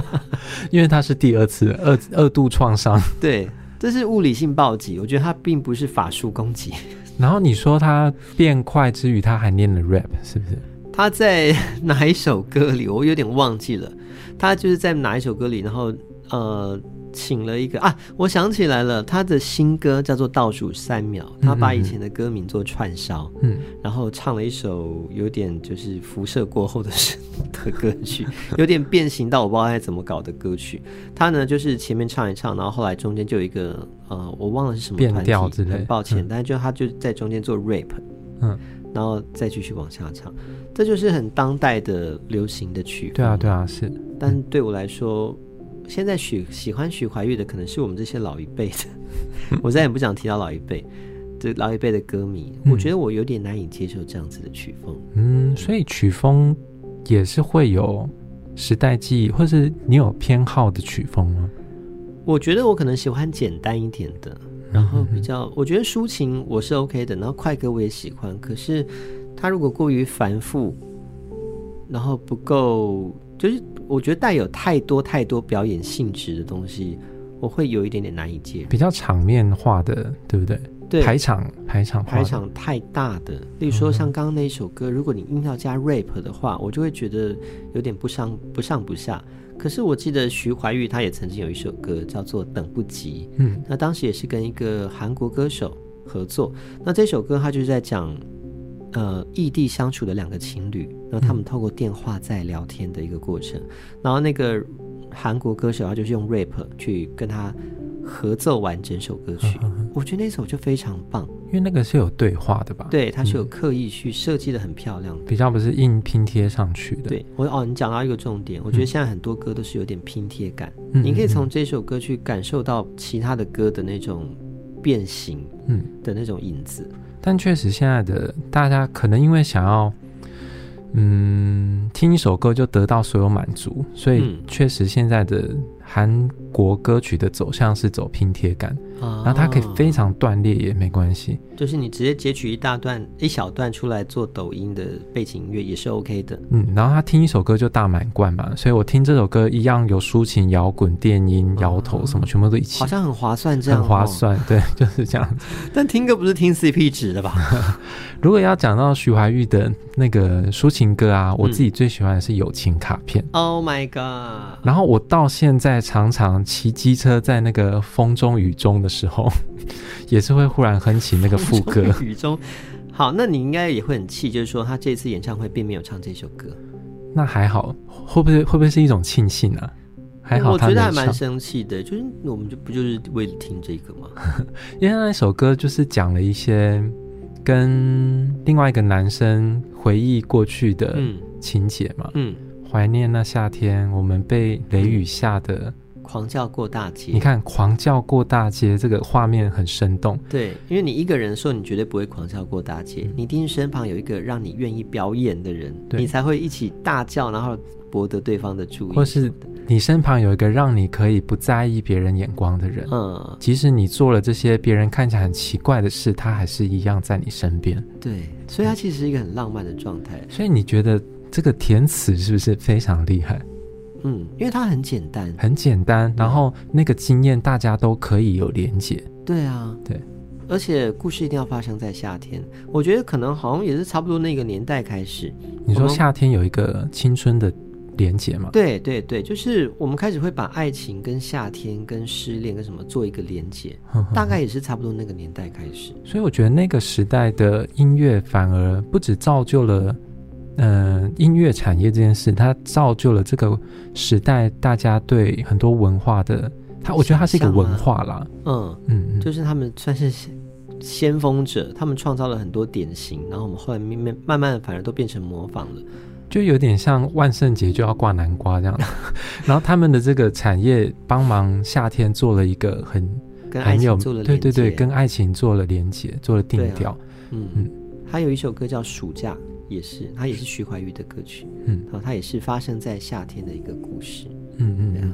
S2: 因为他是第二次二二度创伤。
S1: 对，这是物理性暴击，我觉得它并不是法术攻击。
S2: 然后你说他变快之余，他还念了 rap，是不是？
S1: 他在哪一首歌里？我有点忘记了。他就是在哪一首歌里，然后呃，请了一个啊，我想起来了，他的新歌叫做《倒数三秒》，他把以前的歌名做串烧，
S2: 嗯，
S1: 然后唱了一首有点就是辐射过后的声的歌曲， 有点变形到我不知道该怎么搞的歌曲。他呢就是前面唱一唱，然后后来中间就有一个呃，我忘了是什么
S2: 变
S1: 团
S2: 调
S1: 体，
S2: 之类
S1: 很抱歉，
S2: 嗯
S1: 但是就他就在中间做 rap，
S2: 嗯，
S1: 然后再继续往下唱，这就是很当代的流行的曲。
S2: 对啊，对。啊，是。
S1: 但对我来说，现在许喜欢许怀钰的可能是我们这些老一辈的， 我再也不想提到老一辈，这老一辈的歌迷，
S2: 嗯
S1: 我觉得我有点难以接受这样子的曲风。
S2: 嗯，所以曲风也是会有时代记忆，或是你有偏好的曲风吗？
S1: 我觉得我可能喜欢简单一点的，然后比
S2: 嗯
S1: 较，我觉得抒情我是 OK 的，然后快歌我也喜欢，可是它如果过于繁复，然后不够，就是我觉得带有太多太多表演性质的东西，我会有一点点难以接
S2: 比较场面化的，对不对？
S1: 受。对，
S2: 排场排场化的
S1: 排场太大的，例如说像刚刚那一首歌，如果你硬要加 rap 的话，我就会觉得有点不上不上不下。可是我记得徐怀钰她也曾经有一首歌叫做《等不及》，
S2: 嗯
S1: 那当时也是跟一个韩国歌手合作。那这首歌它就是在讲，呃，异地相处的两个情侣，然后他们透过电话在聊天的一个过程。然后那个韩国歌手他就是用 rap 去跟他合奏完整首歌
S2: 嗯
S1: 曲，我觉得那首就非常棒。
S2: 因为那个是有对话的吧？，
S1: 对，他是有刻意去设计的很漂亮的。
S2: 比较不是硬拼贴上去的。，
S1: 对我哦，你讲到一个重点，我觉得现在很多歌都是有点拼贴感，
S2: 嗯
S1: 你可以从这首歌去感受到其他的歌的那种变形
S2: 嗯，
S1: 的那种影子。
S2: 但确实现在的大家可能因为想要，嗯，听一首歌就得到所有满足，所以
S1: 嗯
S2: 确实现在的韩国歌曲的走向是走拼贴感。
S1: 然
S2: 然后它可以非常断裂也没关系。
S1: 就是你直接截取一大段、一小段出来做抖音的背景音乐也是 OK 的。
S2: 嗯，然后他听一首歌就大满贯嘛，所以我听这首歌一样有抒情、摇滚、电音、摇头什么，全部都一起
S1: 嗯好，像很划算，这样
S2: 很划
S1: 哦。
S2: 算。对， 就是这样子。
S1: 但听歌不是听 CP 值的 吧？
S2: 如果要讲到徐怀钰的那个抒情歌啊，
S1: 嗯
S2: 我自己最喜欢的是《友情卡片》。
S1: Oh my god！
S2: 然后我到现在常常骑机车在那个风中雨中的时候， 也是会忽然哼起那个副 歌。
S1: 雨中，好，那你应该也会很气，就是说他这次演唱会并没有唱这首歌，
S2: 那还好，会不会会不会是一种庆幸啊？还好
S1: 我
S2: 他
S1: 觉
S2: 没
S1: 得还
S2: 唱，
S1: 蛮生气的，就是我们就不就是为了听这个 吗？
S2: 因为他那首歌就是讲了一些跟另外一个男生回忆过去的
S1: 嗯
S2: 情节嘛，
S1: 嗯，
S2: 怀念那夏天我们被雷雨吓的，
S1: 狂叫过大
S2: 你
S1: 街，
S2: 看狂叫过大街，这个画面很生动。
S1: 对，因为你一个人的时候，你绝对不会狂叫过大街，你一定是身旁有一个让你愿意表演的人，
S2: 嗯对
S1: 你才会一起大叫，然后博得对方的注意，
S2: 或是你身旁有一个让你可以不在意别人眼光的人，
S1: 嗯，
S2: 即使你做了这些别人看起来很奇怪的事，他还是一样在你身边。
S1: 对，所以它其实是一个很浪漫的状态，
S2: 所以你觉得这个填词是不是非常厉害？
S1: 嗯，因为它很简单，
S2: 很简单，然后那个经验大家都可以有连结。
S1: 对啊，
S2: 对，
S1: 而且故事一定要发生在夏天。我觉得可能好像也是差不多那个年代开始。
S2: 你
S1: 我
S2: 说
S1: 们
S2: 夏天有一个青春的连结嘛？
S1: 对对对，就是我们开始会把爱情跟夏天、跟失恋、跟什么做一个连接，
S2: 哼嗯哼
S1: 大概也是差不多那个年代开始。
S2: 所以我觉得那个时代的音乐反而不止造就了，呃，音乐产业这件事，它造就了这个时代大家对很多文化的，它我觉得它是一个
S1: 想象啊
S2: 文化啦，
S1: 嗯，
S2: 嗯嗯，
S1: 就是他们算是先先锋者，他们创造了很多典型，然后我们后来慢慢慢慢地反而都变成模仿了。
S2: 就有点像万圣节就要挂南瓜这 样，然后他们的这个产业帮忙夏天做了一个很
S1: 跟爱
S2: 很有
S1: 情做了
S2: 对
S1: 连接，
S2: 对对，跟爱情做了连接，做了定
S1: 对啊
S2: 调，
S1: 嗯
S2: 嗯
S1: 还有一首歌叫《暑假》，也是，它也是徐怀钰的歌曲，
S2: 嗯，
S1: 然后它也是发生在夏天的一个故事。
S2: 嗯嗯
S1: 对啊
S2: 嗯，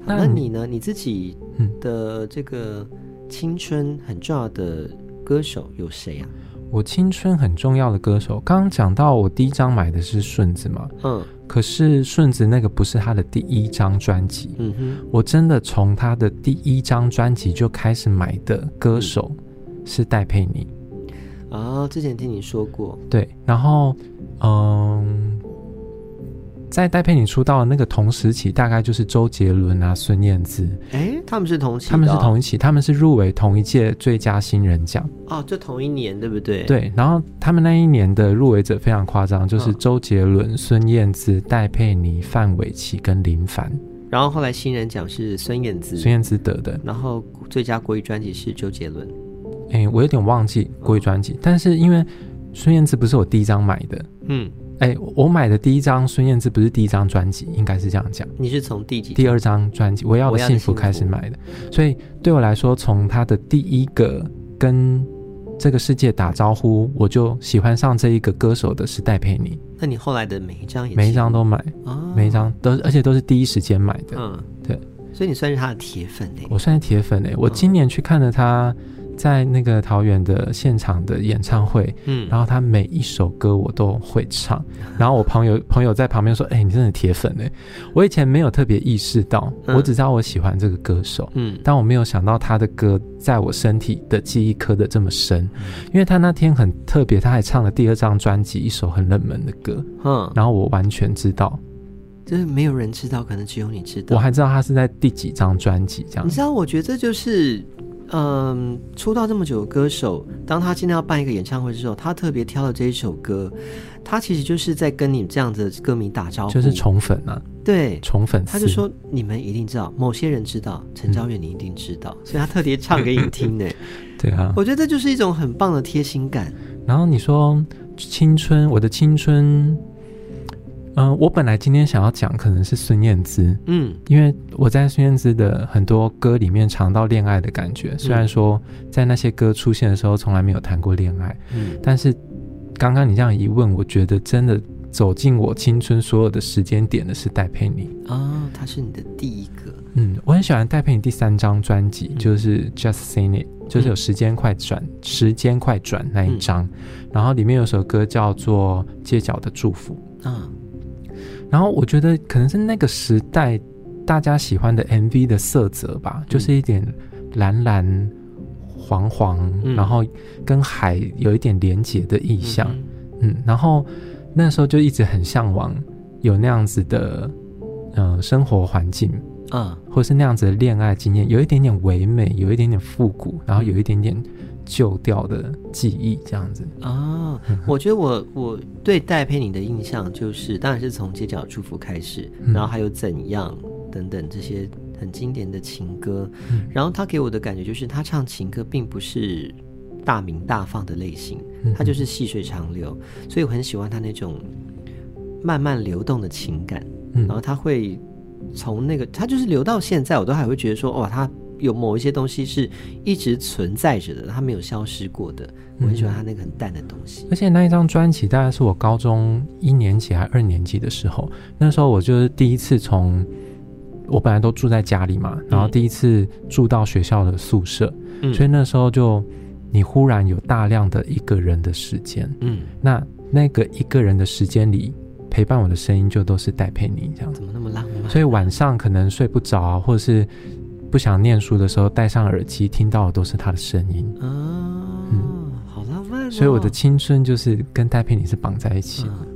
S1: 好
S2: 那
S1: 那
S2: 你
S1: 你呢？你自己
S2: 嗯
S1: 的这个青春很重要的歌手有谁啊？
S2: 我青春很重要的歌手，刚刚讲到我第一张买的是顺子嘛，
S1: 嗯
S2: 可是顺子那个不是他的第一张专辑，
S1: 嗯哼，
S2: 我真的从他的第一张专辑就开始买的歌手
S1: 嗯
S2: 是戴佩妮，
S1: 啊、之前听你说过，
S2: 对，然后嗯，在戴佩妮出道的那个同时期，大概就是周杰伦啊、孙燕姿，
S1: 哎，他们是同期的
S2: 他
S1: 哦、
S2: 们是同一期，他们是入围同一届最佳新人奖，
S1: 哦，就同一年，对不对？，
S2: 对，然后他们那一年的入围者非常夸张，就是
S1: 嗯
S2: 周杰伦、孙燕姿、戴佩妮、范玮琪跟林凡，
S1: 然后后来新人奖是孙燕姿，
S2: 孙燕姿得的。
S1: 然后最佳国语专辑是周杰伦，
S2: 哎，我有点忘记国语专辑，但是因为孙燕姿不是我第一张买的，
S1: 嗯，
S2: 哎，我买的第一张孙燕姿不是第一张专辑，应该是这样讲，
S1: 你是从第几？
S2: 第二张专辑《我要的幸福》开始买的，所以对我来说，从她的第一个跟这个世界打招呼，我就喜欢上这一个歌手的是戴佩妮，
S1: 那你后来的每一张也
S2: 每一张
S1: 都
S2: 都买。
S1: 啊，
S2: 每一张都，而且都是第一时间买的。
S1: 嗯，
S2: 对，
S1: 所以你算是他的铁粉嘞。
S2: 我算是铁粉哎、我今年去看了他在那个桃园的现场的演唱会，
S1: 嗯，
S2: 然后他每一首歌我都会唱。然后我朋友朋友在旁边说：“哎、你真的铁粉哎、我以前没有特别意识到，
S1: 嗯
S2: 我只知道我喜欢这个歌手。
S1: 嗯，
S2: 但我没有想到他的歌在我身体的记忆刻的这么深，
S1: 嗯
S2: 因为他那天很特别，他还唱了第二张专辑一首很冷门的歌，
S1: 嗯，
S2: 然后我完全知道，
S1: 就是没有人知道，可能只有你知道。
S2: 我还知道他是在第几张专辑这样
S1: 你。知道，我觉得这就是，嗯，出道这么久的歌手，当他今天要办一个演唱会的时候，他特别挑了这一首歌，他其实就是在跟你这样子的歌迷打招呼，
S2: 就是宠粉啊，
S1: 对。
S2: 宠粉丝。
S1: 他就说：“你们一定知道，某些人知道，陈昭远你一定知道，所以他特别唱给你听 呢。
S2: 对啊。
S1: 我觉得这就是一种很棒的贴心感。
S2: 然后你说青春，我的青春，嗯、我本来今天想要讲可能是孙燕姿，
S1: 嗯
S2: 因为我在孙燕姿的很多歌里面尝到恋爱的感觉。虽然说在那些歌出现的时候从来没有谈过恋爱，
S1: 嗯，
S2: 但是刚刚你这样一问，我觉得真的走进我青春所有的时间点的是戴佩妮。
S1: 啊，他是你的第一个，
S2: 嗯，我很喜欢戴佩妮第三张专辑，就是 Just Seen It，就是有时间快转，时间快转那一张，然后里面有首歌叫做《街角的祝福》，
S1: 啊，
S2: 然后我觉得可能是那个时代大家喜欢的 MV 的色泽吧，就是一点蓝蓝黄黄，
S1: 嗯
S2: 然后跟海有一点连结的意象，
S1: 嗯
S2: 嗯，然后那时候就一直很向往有那样子的，呃，生活环境，
S1: 哼啊，
S2: 或是那样子的恋爱经验，有一点点唯美，有一点点复古，然后有一点点旧调的记忆，这样子。
S1: 啊，我觉得我我对戴佩妮的印象就是，当然是从《街角祝福》开始，
S2: 嗯
S1: 然后还有《怎样》等等这些很经典的情歌。
S2: 嗯
S1: 然后她给我的感觉就是，她唱情歌并不是大鸣大放的类型，
S2: 嗯
S1: 她就是细水长流，所以我很喜欢她那种慢慢流动的情感。
S2: 嗯
S1: 然后她会从那个，她就是流到现在，我都还会觉得说，哇，她有某一些东西是一直存在着的，她没有消失过的。我很喜
S2: 嗯
S1: 欢她那个很淡的东西。
S2: 而且那一张专辑大概是我高中一年级还二年级的时候，那时候我就是第一次从我本来都住在家里嘛，然后第一次住到学校的宿舍，
S1: 嗯
S2: 所以那时候就你忽然有大量的一个人的时间，
S1: 嗯，
S2: 那那个一个人的时间里陪伴我的声音就都是戴佩妮这样子，
S1: 怎么那么浪漫？
S2: 所以晚上可能睡不着啊，或者是不想念书的时候戴上耳机听到的都是她的声音，
S1: 啊，好浪漫、哦。
S2: 嗯所以我的青春就是跟戴佩妮是绑在一起。
S1: 嗯，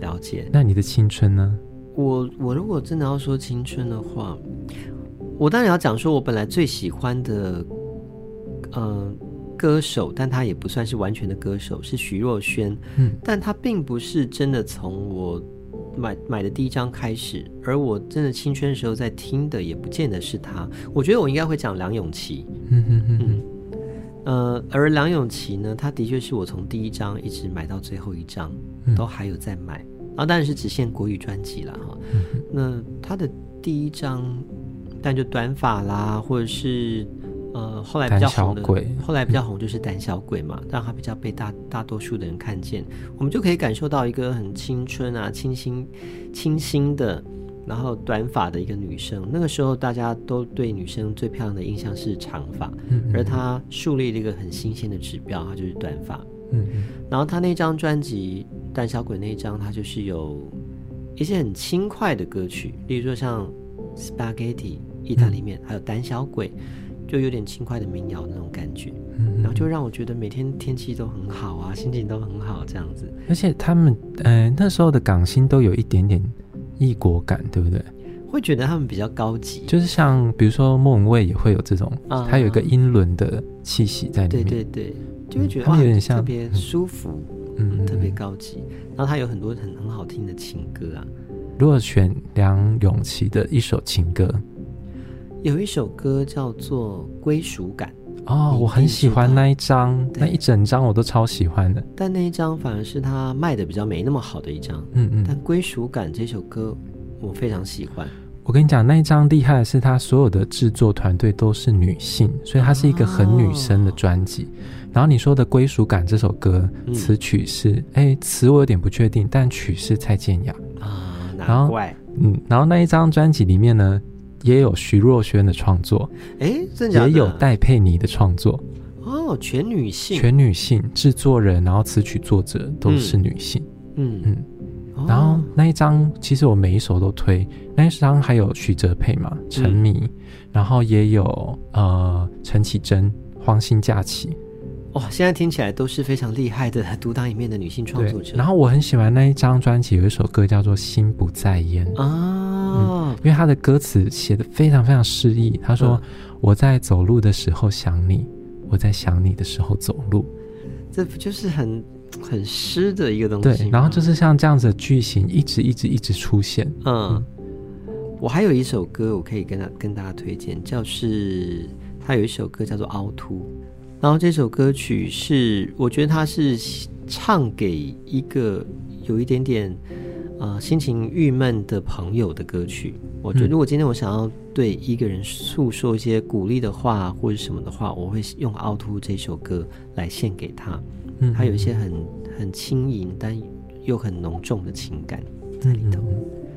S1: 了解。
S2: 那你的青春呢？
S1: 我我如果真的要说青春的话，我当然要讲说，我本来最喜欢的，呃，歌手，但他也不算是完全的歌手，是徐若瑄。
S2: 嗯，
S1: 但他并不是真的从我买买的第一张开始，而我真的青春的时候在听的也不见得是他。我觉得我应该会讲梁咏琪。
S2: 嗯哼哼哼，
S1: 呃，而梁咏琪呢，她的确是我从第一张一直买到最后一张，
S2: 嗯
S1: 都还有在买。啊，当然是只限国语专辑啦。哈。
S2: 嗯
S1: 那她的第一张，但就短发啦，或者是呃后来比较红的
S2: 胆小鬼，嗯
S1: 后来比较红就是胆小鬼嘛，让她比较被大大多数的人看见，我们就可以感受到一个很青春啊、清新、清新的。然后短发的一个女生，那个时候大家都对女生最漂亮的印象是长发，
S2: 嗯
S1: 而他树立了一个很新鲜的指标，他就是短发。
S2: 嗯嗯
S1: 然后他那张专辑《胆小鬼》那一张，他就是有一些很轻快的歌曲，例如说像《Spaghetti》意大利
S2: 嗯
S1: 面，还有《胆小鬼》，就有点轻快的民谣那种感觉。
S2: 嗯
S1: 然后就让我觉得每天天气都很好啊，心情都很好这样子。
S2: 而且他们，呃，那时候的港星都有一点点异国感，对不对？
S1: 会觉得他们比较高级，
S2: 就是像比如说莫文蔚也会有这种，
S1: 啊
S2: 他有一个英伦的气息在里
S1: 对
S2: 面。嗯
S1: 对对，就会觉得
S2: 他
S1: 哇，
S2: 们有点像
S1: 特别舒服，
S2: 嗯
S1: 嗯，特别高级。然后他有很多很很好听的情歌啊，
S2: 如果选梁咏琪的一首情歌，
S1: 有一首歌叫做《归属感》，
S2: 哦，
S1: 你
S2: 我很喜欢那一张，
S1: 对
S2: 那一整张我都超喜欢的。
S1: 但那一张反而是他卖的比较没那么好的一张。
S2: 嗯
S1: 但《
S2: 嗯，
S1: 归属感》这首歌我非常喜欢，
S2: 我跟你讲，那一张厉害的是他所有的制作团队都是女性，所以它是一个很女生的专辑。然后你说的《归属感》这首歌，
S1: 嗯
S2: 词曲是，哎，词我有点不确定，但曲是蔡健雅。
S1: 啊，
S2: 然
S1: 难
S2: 后
S1: 怪。
S2: 嗯，然后那一张专辑里面呢，也有徐若瑄的创作，
S1: 哎，真的假的？
S2: 也有戴佩妮的创作，
S1: 哦，全女性，
S2: 全女性制作人，然后词曲作者都是女性。
S1: 嗯
S2: 嗯
S1: 哦
S2: 然后那一张，其实我每一首都推。那一张还有许哲佩嘛，
S1: 嗯
S2: 《沉迷》然后也有呃陈绮贞《荒心假期》
S1: 哇，现在听起来都是非常厉害的独当一面的女性创
S2: 对
S1: 作。者。
S2: 然后我很喜欢那一张专辑，有一首歌叫做《心不在焉》，
S1: 哦啊，
S2: 因为他的歌词写的非常非常诗意。嗯他说：“
S1: 嗯
S2: 我在走路的时候想你，我在想你的时候走路。
S1: 这不就是很很湿的一个”东西
S2: 对，
S1: 吗？
S2: 然后就是像这样子的句型，一直一直一直出现。
S1: 嗯，我还有一首歌，我可以跟大跟大家推荐，就是它有一首歌叫做《凹凸》，然后这首歌曲是我觉得它是唱给一个有一点点呃心情郁闷的朋友的歌曲。我觉得
S2: 嗯
S1: 如果今天我想要对一个人诉说一些鼓励的话或者什么的话，我会用《凹凸》这首歌来献给他。
S2: 嗯，
S1: 它有一些很很轻盈但又很浓重的情感在
S2: 嗯
S1: 里
S2: 嗯
S1: 头。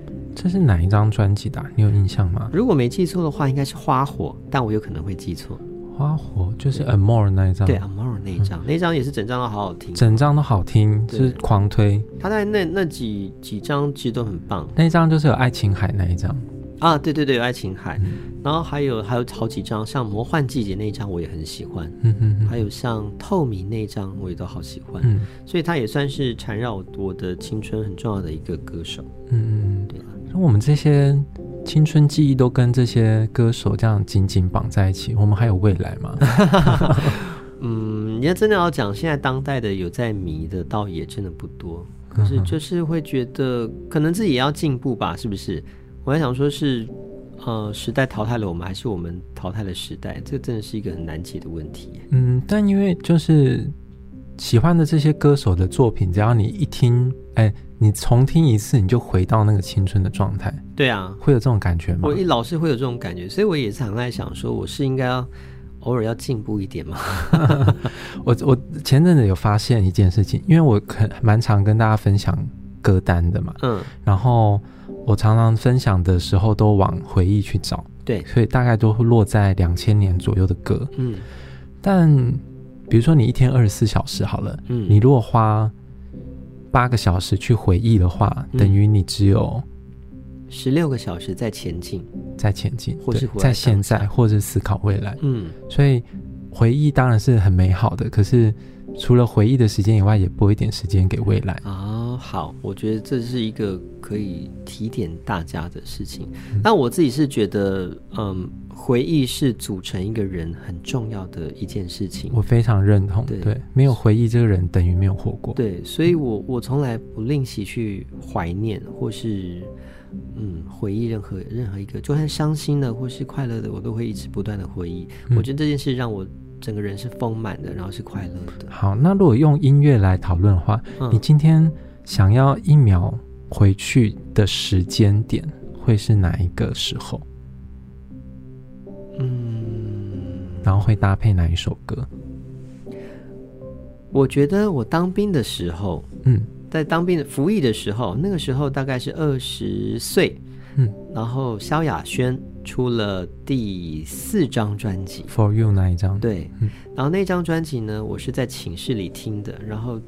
S2: 嗯，这是哪一张专辑的啊、你有印象吗？
S1: 如果没记错的话，应该是花火，但我有可能会记错。
S2: 花火就是《Amore》那一张，
S1: 对啊 a m o r 那一张，那一张也是整张都好好听，
S2: 嗯整张都好听，
S1: 对
S2: 就是狂推。
S1: 他在那那几几张其实都很棒
S2: 那一张就是有爱琴海那一张，
S1: 啊。对对对，有爱琴海，
S2: 嗯
S1: 然后还有还有好几张，像魔幻季节那一张我也很喜欢，
S2: 嗯嗯
S1: 还有像透明那一张我也都好喜欢，
S2: 嗯
S1: 所以他也算是缠绕我的青春很重要的一个歌手。
S2: 嗯嗯
S1: 对啊
S2: 嗯，我们这些青春记忆都跟这些歌手这样紧紧绑在一起，我们还有未来吗？
S1: 嗯，你要真的要讲，现在当代的有在迷的，倒也真的不多。
S2: 嗯
S1: 可 是就是会觉得，可能自己也要进步吧，是不是？我在想说是，呃，时代淘汰了我们，还是我们淘汰了时代？这真的是一个很难解的问题耶。
S2: 嗯，但因为就是喜欢的这些歌手的作品，只要你一听，哎，你重听一次，你就回到那个青春的状态，
S1: 对啊，
S2: 会有这种感觉吗
S1: 我？一老是会有这种感觉，所以我也是常在想说，我是应该要偶尔要进步一点嘛。
S2: 我我前阵子有发现一件事情，因为我很蛮常跟大家分享歌单的嘛，
S1: 嗯，
S2: 然后我常常分享的时候都往回忆去找，
S1: 对，
S2: 所以大概都会落在两千年左右的歌。
S1: 嗯
S2: 但比如说你一天二十四小时好了，
S1: 嗯，
S2: 你如果花八个小时去回忆的话，
S1: 嗯
S2: 等于你只有
S1: 十六个小时在前进，
S2: 在前进，
S1: 或是
S2: 对
S1: 活在
S2: 在现在，或者思考未来。
S1: 嗯，
S2: 所以回忆当然是很美好的，可是除了回忆的时间以外，也拨一点时间给未来。
S1: 啊，好，我觉得这是一个可以提点大家的事情。那我自己是觉得，嗯，回忆是组成一个人很重要的一件事情。
S2: 我非常认同，
S1: 对
S2: 对，没有回忆，这个人等于没有活过。
S1: 对，所以我我从来不吝惜去怀念或是嗯回忆任何任何一个，就算伤心的或是快乐的，我都会一直不断的回忆。我觉得这件事让我整个人是丰满的，然后是快乐的。
S2: 好，那如果用音乐来讨论的话，
S1: 嗯
S2: 你今天想要一秒回去的时间点会是哪一个时候？
S1: 嗯，
S2: 然后会搭配哪一首歌？
S1: 我觉得我当兵的时候，
S2: 嗯
S1: 在当兵的服役的时候，那个时候大概是二十岁，
S2: 嗯
S1: 然后萧亚轩出了第四张专辑，
S2: ，For You 那一张，，
S1: 对，
S2: 嗯
S1: 然后那张专辑呢，我是在寝室里听的，然后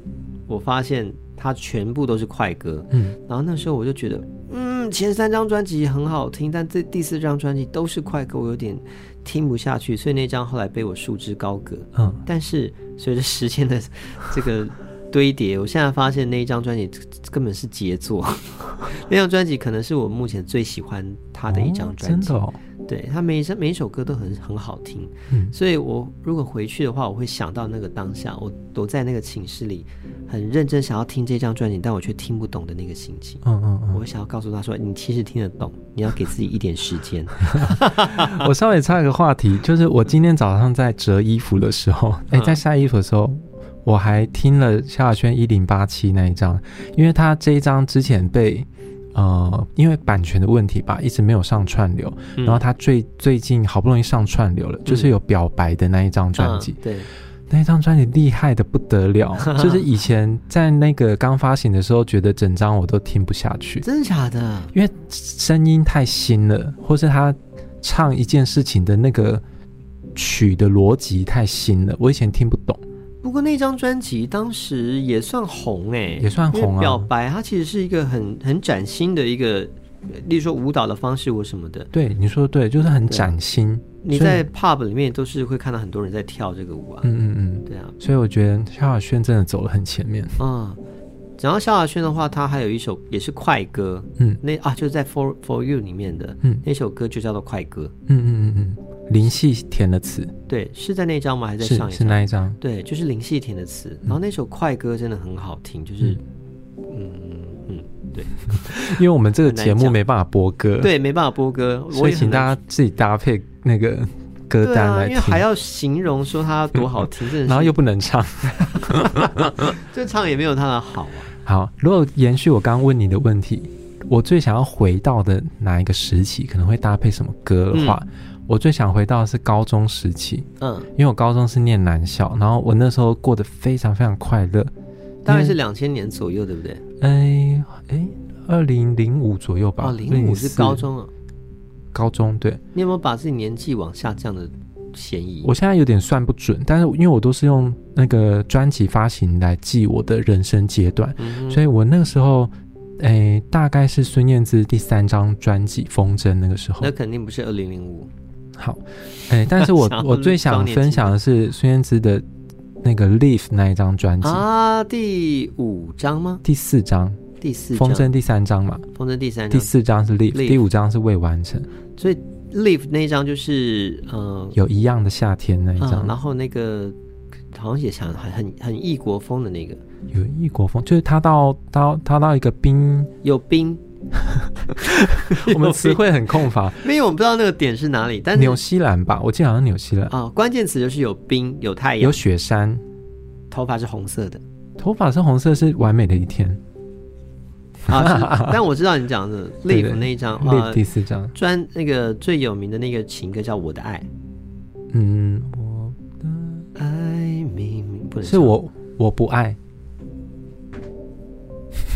S1: 我发现它全部都是快歌，
S2: 嗯
S1: 然后那时候我就觉得，嗯，前三张专辑很好听，但这第四张专辑都是快歌，我有点听不下去，所以那张后来被我束之高阁。
S2: 嗯，
S1: 但是随着时间的 这个堆叠，我现在发现那一张专辑 根本是杰作。 那张专辑可能是我目前最喜欢他的一张专
S2: 哦真
S1: 辑，
S2: 的哦，
S1: 对他每一首每一首歌都很很好听。
S2: 嗯
S1: 所以我如果回去的话，我会想到那个当下，我躲在那个寝室里，很认真想要听这张专辑，但我却听不懂的那个心情。
S2: 嗯嗯嗯
S1: 我想要告诉他说，你其实听得懂，你要给自己一点时间。
S2: 我稍微插一个话题，就是我今天早上在折衣服的时候，哎、
S1: 嗯
S2: 在晒衣服的时候，我还听了萧亚轩一零八七那一张，因为他这一张之前被呃，因为版权的问题吧，一直没有上串流，
S1: 嗯
S2: 然后他最最近好不容易上串流了，就是有表白的那一张专辑，
S1: 嗯对，
S2: 那一张专辑厉害的不 得了，就是以前在那个刚发行的时候，觉得整张我都听不下去，
S1: 真的假的？
S2: 因为声音太新了，或是他唱一件事情的那个曲的逻辑太新了，我以前听不懂。
S1: 不过那张专辑当时也算红哎、
S2: 也算红啊
S1: 因为表白它其实是一个很很崭新的一个，呃例如说舞蹈的方式或什么的。
S2: 对，你说的对，就是很
S1: 对
S2: 崭新。
S1: 你
S2: 所以
S1: 在 pub 里面都是会看到很多人在跳这个舞啊。
S2: 嗯嗯嗯，
S1: 对啊，
S2: 所以我觉得萧亚轩真的走了很前面。
S1: 嗯。然后萧亚轩的话，他还有一首也是快歌，
S2: 嗯
S1: 那啊就是在 For For You 里面的，
S2: 嗯
S1: 那首歌就叫做快歌，
S2: 嗯嗯嗯嗯，林夕填的词
S1: 对，是在那张吗？还是在
S2: 是
S1: 上一
S2: 是
S1: 张？
S2: 那一张。嗯
S1: 对，就是林夕填的词。然后那首快歌真的很好听，就是，嗯嗯，
S2: 因为我们这个
S1: 很难
S2: 节目
S1: 讲
S2: 没办法播歌，，
S1: 对，没办法播歌，我
S2: 所以
S1: 也很
S2: 请
S1: 难
S2: 大家自己搭配那个歌
S1: 对
S2: 单
S1: 啊，
S2: 来
S1: 因
S2: 听，
S1: 为还要形容说它多好听，真的是，
S2: 然后又不能唱。
S1: 这唱也没有它的好啊。
S2: 好，如果延续我刚刚问你的问题，我最想要回到的哪一个时期可能会搭配什么歌的话，我最想回到的是高中时期，
S1: 嗯，
S2: 因为我高中是念男校，然后我那时候过得非常非常快乐。
S1: 大概
S2: 因为
S1: 是两千年左右，对不对？
S2: 哎哎，二零零五左右吧，
S1: 哦，零五是
S2: 2004
S1: 高中啊，
S2: 高中对。
S1: 你有没有把自己年纪往下降的嫌疑？
S2: 我现在有点算不准，但是因为我都是用那个专辑发行来记我的人生阶段，
S1: 嗯
S2: 所
S1: 以
S2: 以我那个时候，诶、大概是孙燕姿第三张专辑《风筝》那个时候
S1: 那。肯定不是二零零五。
S2: 好，诶、但是 我
S1: 想要
S2: 我最想分享的是孙燕姿的那个《Leave》那一张专辑，
S1: 啊，第五章吗？
S2: 第四张
S1: 第四嗯
S2: 《
S1: 章
S2: 风筝》第三张嘛，
S1: 风筝第三
S2: 第
S1: 章，
S2: 四张是《Leave》，
S1: Leave
S2: 第五张是未完成，
S1: 所以 Live 那一张就是呃，
S2: 有一样的夏天那一
S1: 嗯
S2: 张，
S1: 然后那个好像也想很很很异国风的那个，
S2: 有异国风，就是他到到他到一个 冰，
S1: 有冰，
S2: 我 们词汇很空乏，
S1: 因为我们不知道那个点是哪里，但是
S2: 纽西兰吧，我记得好像纽西兰、
S1: 啊、关键词就是有冰，有太阳
S2: 有，雪山，
S1: 头发是红色 的
S2: 头发是红色，是完美的一天。
S1: 啊。是但我知道你讲的
S2: 对对
S1: Live 那一张
S2: 列、
S1: 啊，
S2: 第四张，
S1: 专那个最有名的那个情歌叫《我的爱
S2: 嗯，我》，
S1: 爱明明不能
S2: 是我我不爱。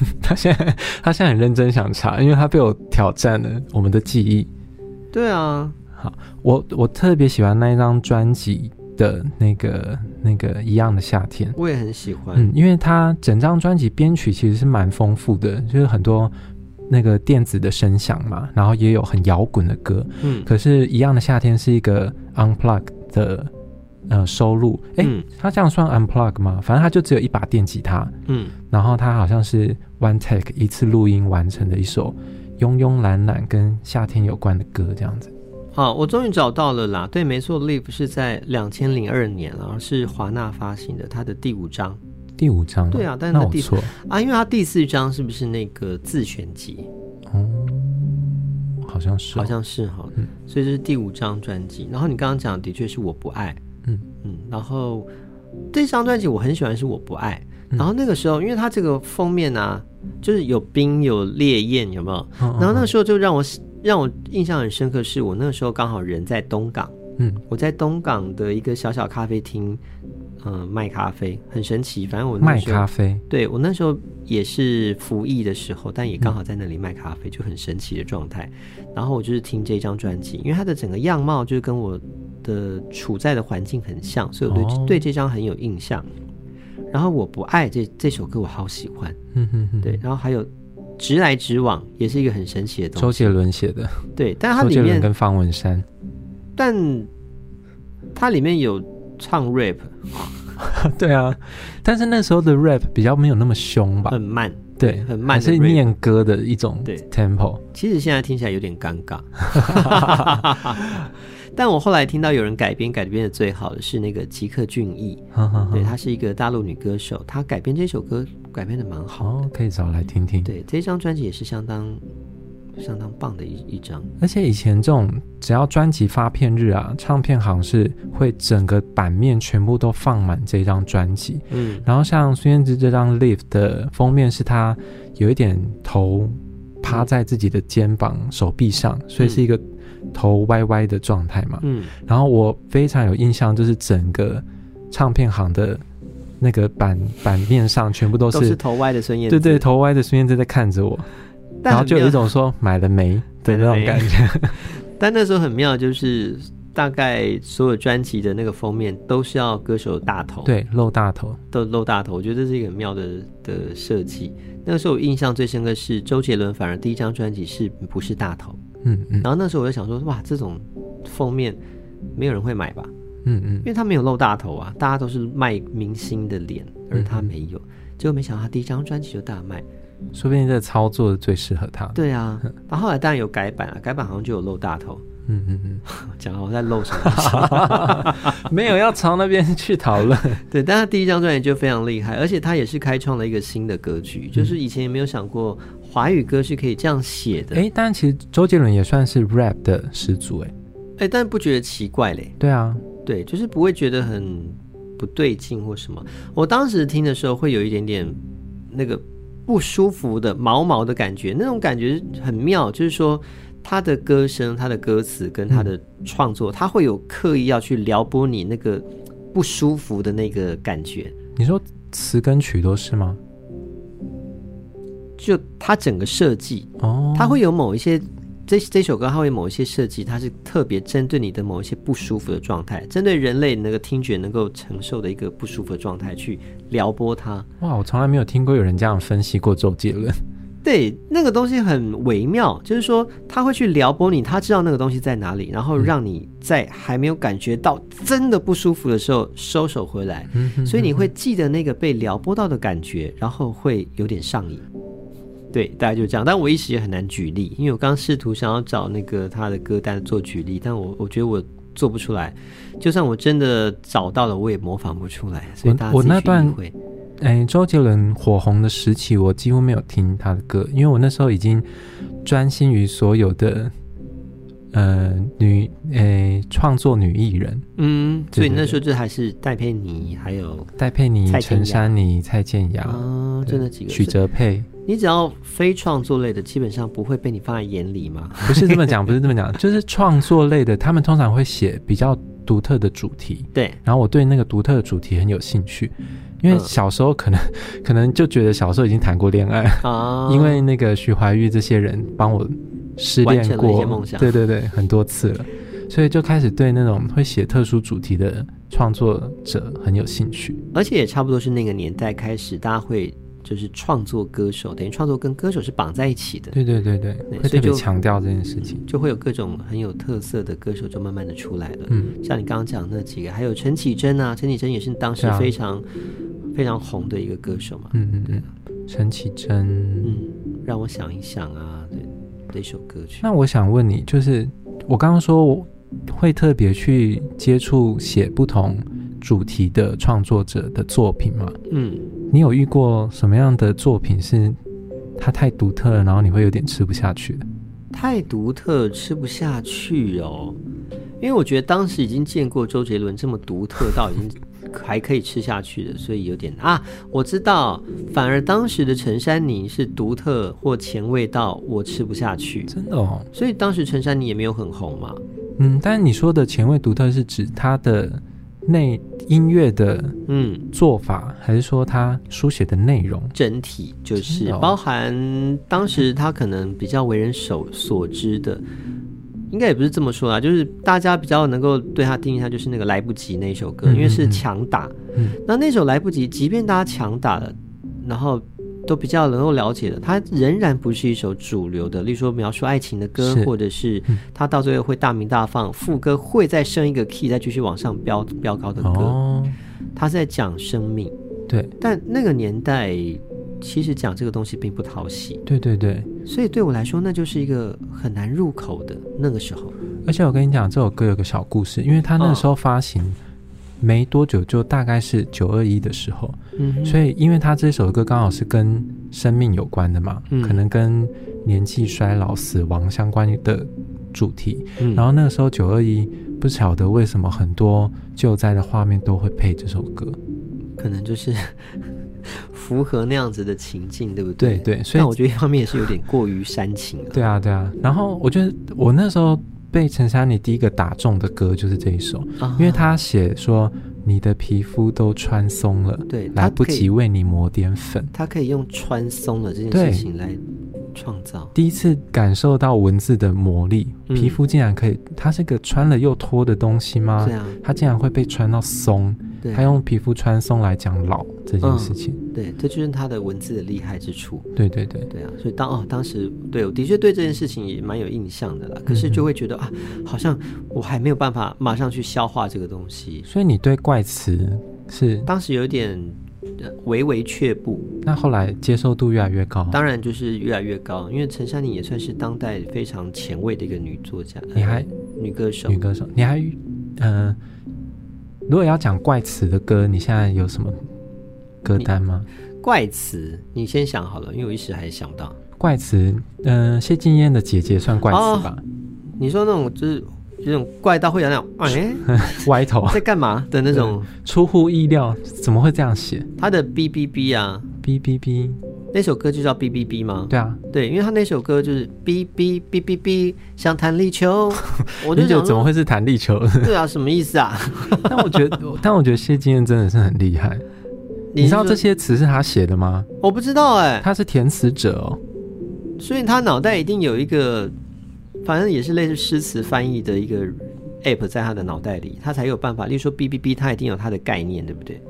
S2: 他现在他现在很认真想查，因为他被我挑战了我们的记忆。
S1: 唱对啊，
S2: 我我特别喜欢那一张专辑的那个那个一样的夏天。
S1: 我也很喜欢。
S2: 嗯，因为它整张专辑编曲其实是蛮丰富的，就是很多那个电子的声响嘛，然后也有很摇滚的歌。
S1: 嗯
S2: 可是，一样的夏天是一个 unplug 的呃收录。诶，
S1: 嗯
S2: 它这样算 unplug 吗？反正它就只有一把电吉他，
S1: 嗯，
S2: 然后它好像是 one take 一次录音完成的一首慵慵懒懒跟夏天有关的歌，这样子。
S1: 好，我终于找到了啦。对，没错，Live 是在两千零二年，然后是华纳发行的，它的第五张
S2: 第五张了，
S1: 对啊但是
S2: 那
S1: 那
S2: 我
S1: 第
S2: 错了，
S1: 啊，因为它第四张是不是那个自选集？
S2: 哦，好像是哦、
S1: 好像是哈，
S2: 嗯
S1: 所以这是第五张专辑。然后你刚刚讲的的确是我不爱，
S2: 嗯
S1: 嗯，然后这张专辑我很喜欢是我不爱。
S2: 嗯
S1: 然后那个时候，因为它这个封面啊，就是有冰有烈焰，有没有？
S2: 嗯，嗯
S1: 然后那个时候就让我让我印象很深刻，是我那个时候刚好人在东港，
S2: 嗯，
S1: 我在东港的一个小小咖啡厅，嗯、卖咖啡，很神奇。反正我那
S2: 卖
S1: 时候
S2: 咖啡，
S1: 对我那时候也是服役的时候，但
S2: 嗯
S1: 也刚好在那里卖咖啡，就很神奇的状态。然后我就是听这张专辑，因为它的整个样貌就是跟我的处在的环境很像，所以我对、
S2: 哦
S1: 对这张很有印象。然后我不爱这这首歌，我好喜欢。
S2: 嗯哼哼，
S1: 对，然后还有直来直往，也是一个很神奇的东
S2: 周
S1: 西。
S2: 杰伦写的，
S1: 对，但它
S2: 周
S1: 里
S2: 杰伦
S1: 面，
S2: 跟方文山，
S1: 但它里面有唱 rap，
S2: 对啊，但是那时候的 rap 比较没有那么凶吧，
S1: 很慢。
S2: 对，
S1: 很慢
S2: 还
S1: 的
S2: 是
S1: rap
S2: 念歌的一种
S1: 对
S2: tempo，
S1: 其实现在听起来有点尴尬， 但我后来听到有人改编改编的最好的是那个吉克隽逸，
S2: 哈哈哈
S1: 对，她是一个大陆女歌手，她改编这首歌改编的蛮好。
S2: 好，可以找来听听。
S1: 对，这张专辑也是相当相当棒的一一张。
S2: 而且以前这种只要专辑发片日啊，唱片行是会整个版面全部都放满这张专辑。
S1: 嗯
S2: 然后像孙燕姿这张《Live》的封面是她有一点头趴在自己的肩膀、手臂上，所以是一个头歪歪的状态嘛。
S1: 嗯，
S2: 然后我非常有印象，就是整个唱片行的那个版版面上全部都是
S1: 都是头歪的孙燕姿，
S2: 对对头歪的孙燕姿在看着我，
S1: 但
S2: 然后
S1: 很
S2: 就有
S1: 妙
S2: 一，种说买了没
S1: 买
S2: 的那
S1: 了
S2: 种
S1: 没
S2: 感觉。
S1: 但那时候很妙，就是大概所有专辑的那个封面都是要歌手大头，
S2: 对，露大头，
S1: 都露大头，我觉得这是一个很妙的的设计。那个时候我印象最深刻是周杰伦，反而第一张专辑是不是大头？
S2: 嗯嗯
S1: 然后那时候我就想说，哇，这种封面没有人会买吧？
S2: 嗯嗯
S1: 因，为他没有露大头啊，大家都是卖明星的脸，而他
S2: 嗯嗯
S1: 没有。结果没想到他第一张专辑就大卖，
S2: 说不定这个操作最适合他。
S1: 对啊。然后后来当然有改版啊，改版好像就有露大头。
S2: 嗯嗯
S1: 讲好我在露什么？
S2: 嗯， 没有要朝那边去讨 论。
S1: 对，但他第一张专辑就非常厉害，而且他也是开创了一个新的格局，就是以前也没有想过华语歌是可以这样写的。
S2: 哎，但其实周杰伦也算是 rap 的始祖，哎，
S1: 哎，但不觉得奇怪嘞，
S2: 对啊，
S1: 对，就是不会觉得很不对劲或什么。我当时听的时候会有一点点那个不舒服的毛毛的感觉，那种感觉很妙，就是说他的歌声、他的歌词跟他的创作，他会有刻意要去撩拨你那个不舒服的那个感觉。
S2: 你说词跟曲都是吗？
S1: 就它整个设计，
S2: 哦，
S1: 它会有某一些这这首歌，它会某一些设计，它是特别针对你的某一些不舒服的状态，针对人类那个听觉能够承受的一个不舒服的状态去撩拨它。
S2: 哇，我从来没有听过有人这样分析过周杰伦。
S1: 对，那个东西很微妙，就是说他会去撩拨你，他知道那个东西在哪里，然后让你在还没有感觉到真的不舒服的时候收手回来，
S2: 嗯
S1: 所以你会记得那个被撩拨到的感觉，然后会有点上瘾。对，大概就这样。但我一时也很难举例，因为我刚刚试图想要找那个他的歌单做举例，但我我觉得我做不出来。就算我真的找到了，我也模仿不出来。所以
S2: 我
S1: 大家
S2: 我
S1: 自己
S2: 那
S1: 去
S2: 段
S1: 意会。
S2: 哎，周杰伦火红的时期，我几乎没有听他的歌，因为我那时候已经专心于所有的呃女哎创作女艺人，
S1: 嗯，所以
S2: 对对
S1: 那时候就还是戴佩妮，还有
S2: 戴佩妮
S1: 蔡、健
S2: 陈珊妮、蔡健雅、
S1: 啊，
S2: 对
S1: 就那几个。
S2: 许哲佩，
S1: 你只要非创作类的，基本上不会被你放在眼里嘛。
S2: 不是这 么讲，不是这么讲，就是创作类的，他们通常会写比较独特的主题，
S1: 对，
S2: 然后我对那个独特的主题很有兴趣，因为
S1: 嗯
S2: 小时候可能 可能就觉得小时候已经谈过恋爱，
S1: 啊，
S2: 因为那个徐怀钰这些人帮我失
S1: 完
S2: 恋
S1: 成了一
S2: 过
S1: 些梦，想
S2: 对对对，很多次了，所以就开始对那种会写特殊主题的创作者很有兴趣。
S1: 而且也差不多是那个年代开始，大家会就是创作歌手，等于创作跟歌手是绑在一起的，
S2: 对对对对，
S1: 对
S2: 会
S1: 所以
S2: 特别
S1: 就
S2: 强调这件事情。
S1: 就会有各种很有特色的歌手就慢慢的出来了。
S2: 嗯，
S1: 像你刚刚讲的那几个，还有陈绮贞啊，陈绮贞也是当时
S2: 对啊
S1: 非常、非常红的一个歌手嘛。
S2: 嗯嗯嗯，陈绮贞。
S1: 嗯，让我想一想啊，对，这首歌曲。
S2: 那我想问你，就是我刚刚说我会特别去接触写不同主题的创作者的作品吗？
S1: 嗯，
S2: 你有遇过什么样的作品是它太独特了，然后你会有点吃不下去的？
S1: 太独特，吃不下去哦。因为我觉得当时已经见过周杰伦这么独特到已经还可以吃下去的，所以有点啊，我知道。反而当时的陈珊妮是独特或前卫到我吃不下去，
S2: 真的哦，
S1: 所以当时陈珊妮也没有很红嘛。
S2: 嗯，但你说的前卫独特是指它的内音乐的
S1: 嗯，
S2: 做法，还是说它书写的内容？
S1: 整体就是
S2: 真的哦
S1: 包含当时他可能比较为人所所知的，应该也不是这么说啦，就是大家比较能够对他定义，他就是那个来不及那一首歌，
S2: 嗯
S1: 因为是
S2: 嗯嗯
S1: 强打。
S2: 嗯
S1: 那那首来不及，即便大家强打了，然后都比较能够了解的，它仍然不是一首主流的，例如说描述爱情的歌
S2: 是，嗯
S1: 或者是他到最后会大鸣大放，副歌会再升一个 key，再继续往上飙飙高的歌，
S2: 哦，
S1: 他是在讲生命。
S2: 对
S1: 但那个年代，其实讲这个东西并不讨喜，
S2: 对对对，
S1: 所以对我来说，那就是一个很难入口的那个时候。
S2: 而且我跟你讲，这首歌有个小故事，因为它那时候发行没多久，就大概是九二一的时候，
S1: 嗯
S2: 所以因为它这首歌刚好是跟生命有关的嘛，
S1: 嗯
S2: 可能跟年纪衰老、死亡相关的主题。
S1: 嗯
S2: 然后那个时候九二一，不晓得为什么很多救灾的画面都会配这首歌。
S1: 嗯可能就是 符合那样子的情境，对不
S2: 对
S1: 对？
S2: 对，所以
S1: 但我觉得一方面也是有点过于煽情了。
S2: 对啊对啊。然后我觉得我那时候被陈珊妮第一个打中的歌就是这一首，
S1: 啊，
S2: 因为他写说你的皮肤都穿松了，
S1: 对他
S2: 来不
S1: 可以
S2: 及为你抹点粉。
S1: 他可以用穿松了这
S2: 对
S1: 件事情来创造。
S2: 第一次感受到文字的魔力，
S1: 嗯
S2: 皮肤竟然可以，它是个穿了又脱的东西吗
S1: 对？啊，
S2: 它竟然会被穿到松，
S1: 对嗯
S2: 他，用皮肤穿松来讲老这件事情。
S1: 对，这就是他的文字的厉害之处。
S2: 对对对，
S1: 对啊，所以当哦，当时对我的确对这件事情也蛮有印象的啦。可是
S2: 嗯
S1: 就会觉得啊，好像我还没有办法马上去消化这个东西。
S2: 所以你对怪词是
S1: 当时有点呃微微却步，
S2: 那后来接受度越来越高，
S1: 当然就是越来越高，因为陈珊妮也算是当代非常前卫的一个女作家，呃
S2: 你还
S1: 女歌手
S2: 女。歌手，你还嗯、呃，如果要讲怪词的歌，你现在有什么歌单吗？
S1: 怪词，你先想好了，因为我一时还想不到。
S2: 怪词，嗯、谢金燕的姐姐算怪词吧？
S1: 哦你说那种就是有种怪到会有那种哎
S2: 歪头，
S1: 在干嘛的那 种，
S2: 出乎意料，怎么会这样写
S1: 她的 B B B 啊，
S2: ？B B B，
S1: 那首歌就叫 B B B 吗？
S2: 对啊，
S1: 对，因为他那首歌就是哔哔哔哔哔，像弹力球， 我就
S2: 那就
S1: 想
S2: 怎么
S1: 说，
S2: 会是弹 力球？
S1: 对啊，什么意思啊？
S2: 但我觉得，但我觉得谢金燕真的是很厉害， 你知道
S1: 是
S2: 这些词是他写的吗？
S1: 我不知道哎、
S2: 他是填词者哦。
S1: 所以他脑袋一定有一个，反正也是类似诗词翻译的一个 app 在他的脑袋里，他才有办法。例如说 B B B，他一定有他的概念，对不对？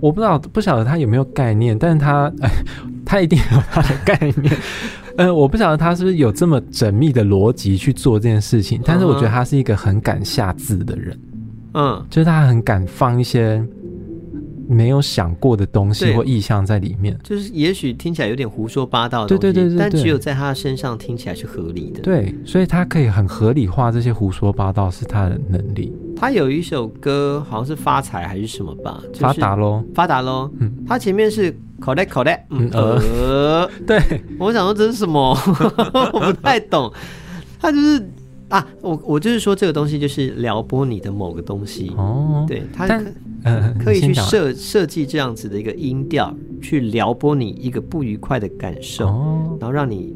S2: 我不知道，不晓得他有没有概念，但是他、 哎、他一定有他的概念。 呃，我不晓得他是不是有这么缜密的逻辑去做这件事情，但是我觉得他是一个很敢下字的人，
S1: 嗯，
S2: 就是他很敢放一些没有想过的东西
S1: 对
S2: 或意象在里面。
S1: 就是也许听起来有点胡说八道的东西，
S2: 对对对对
S1: 但
S2: 对
S1: 只有在他身上听起来是合理的。，
S2: 对，所以他可以很合理化这些胡说八道是他的能力。
S1: 他有一首歌好像是发财还是什么吧，就是、
S2: 发达喽，
S1: 发达喽。
S2: 嗯
S1: 他前面是口袋口袋，嗯
S2: 嗯呃
S1: 呃，
S2: 对，
S1: 我想说这是什么， 我不太懂。他就是啊，我我就是说这个东西就是撩拨你的某个东西，
S2: 哦，
S1: 对他
S2: 但
S1: 可
S2: 呃，
S1: 可以
S2: 你先
S1: 去
S2: 讲
S1: 设设计这样子的一个音调，去撩拨你一个不愉快的感受，
S2: 哦，
S1: 然后让你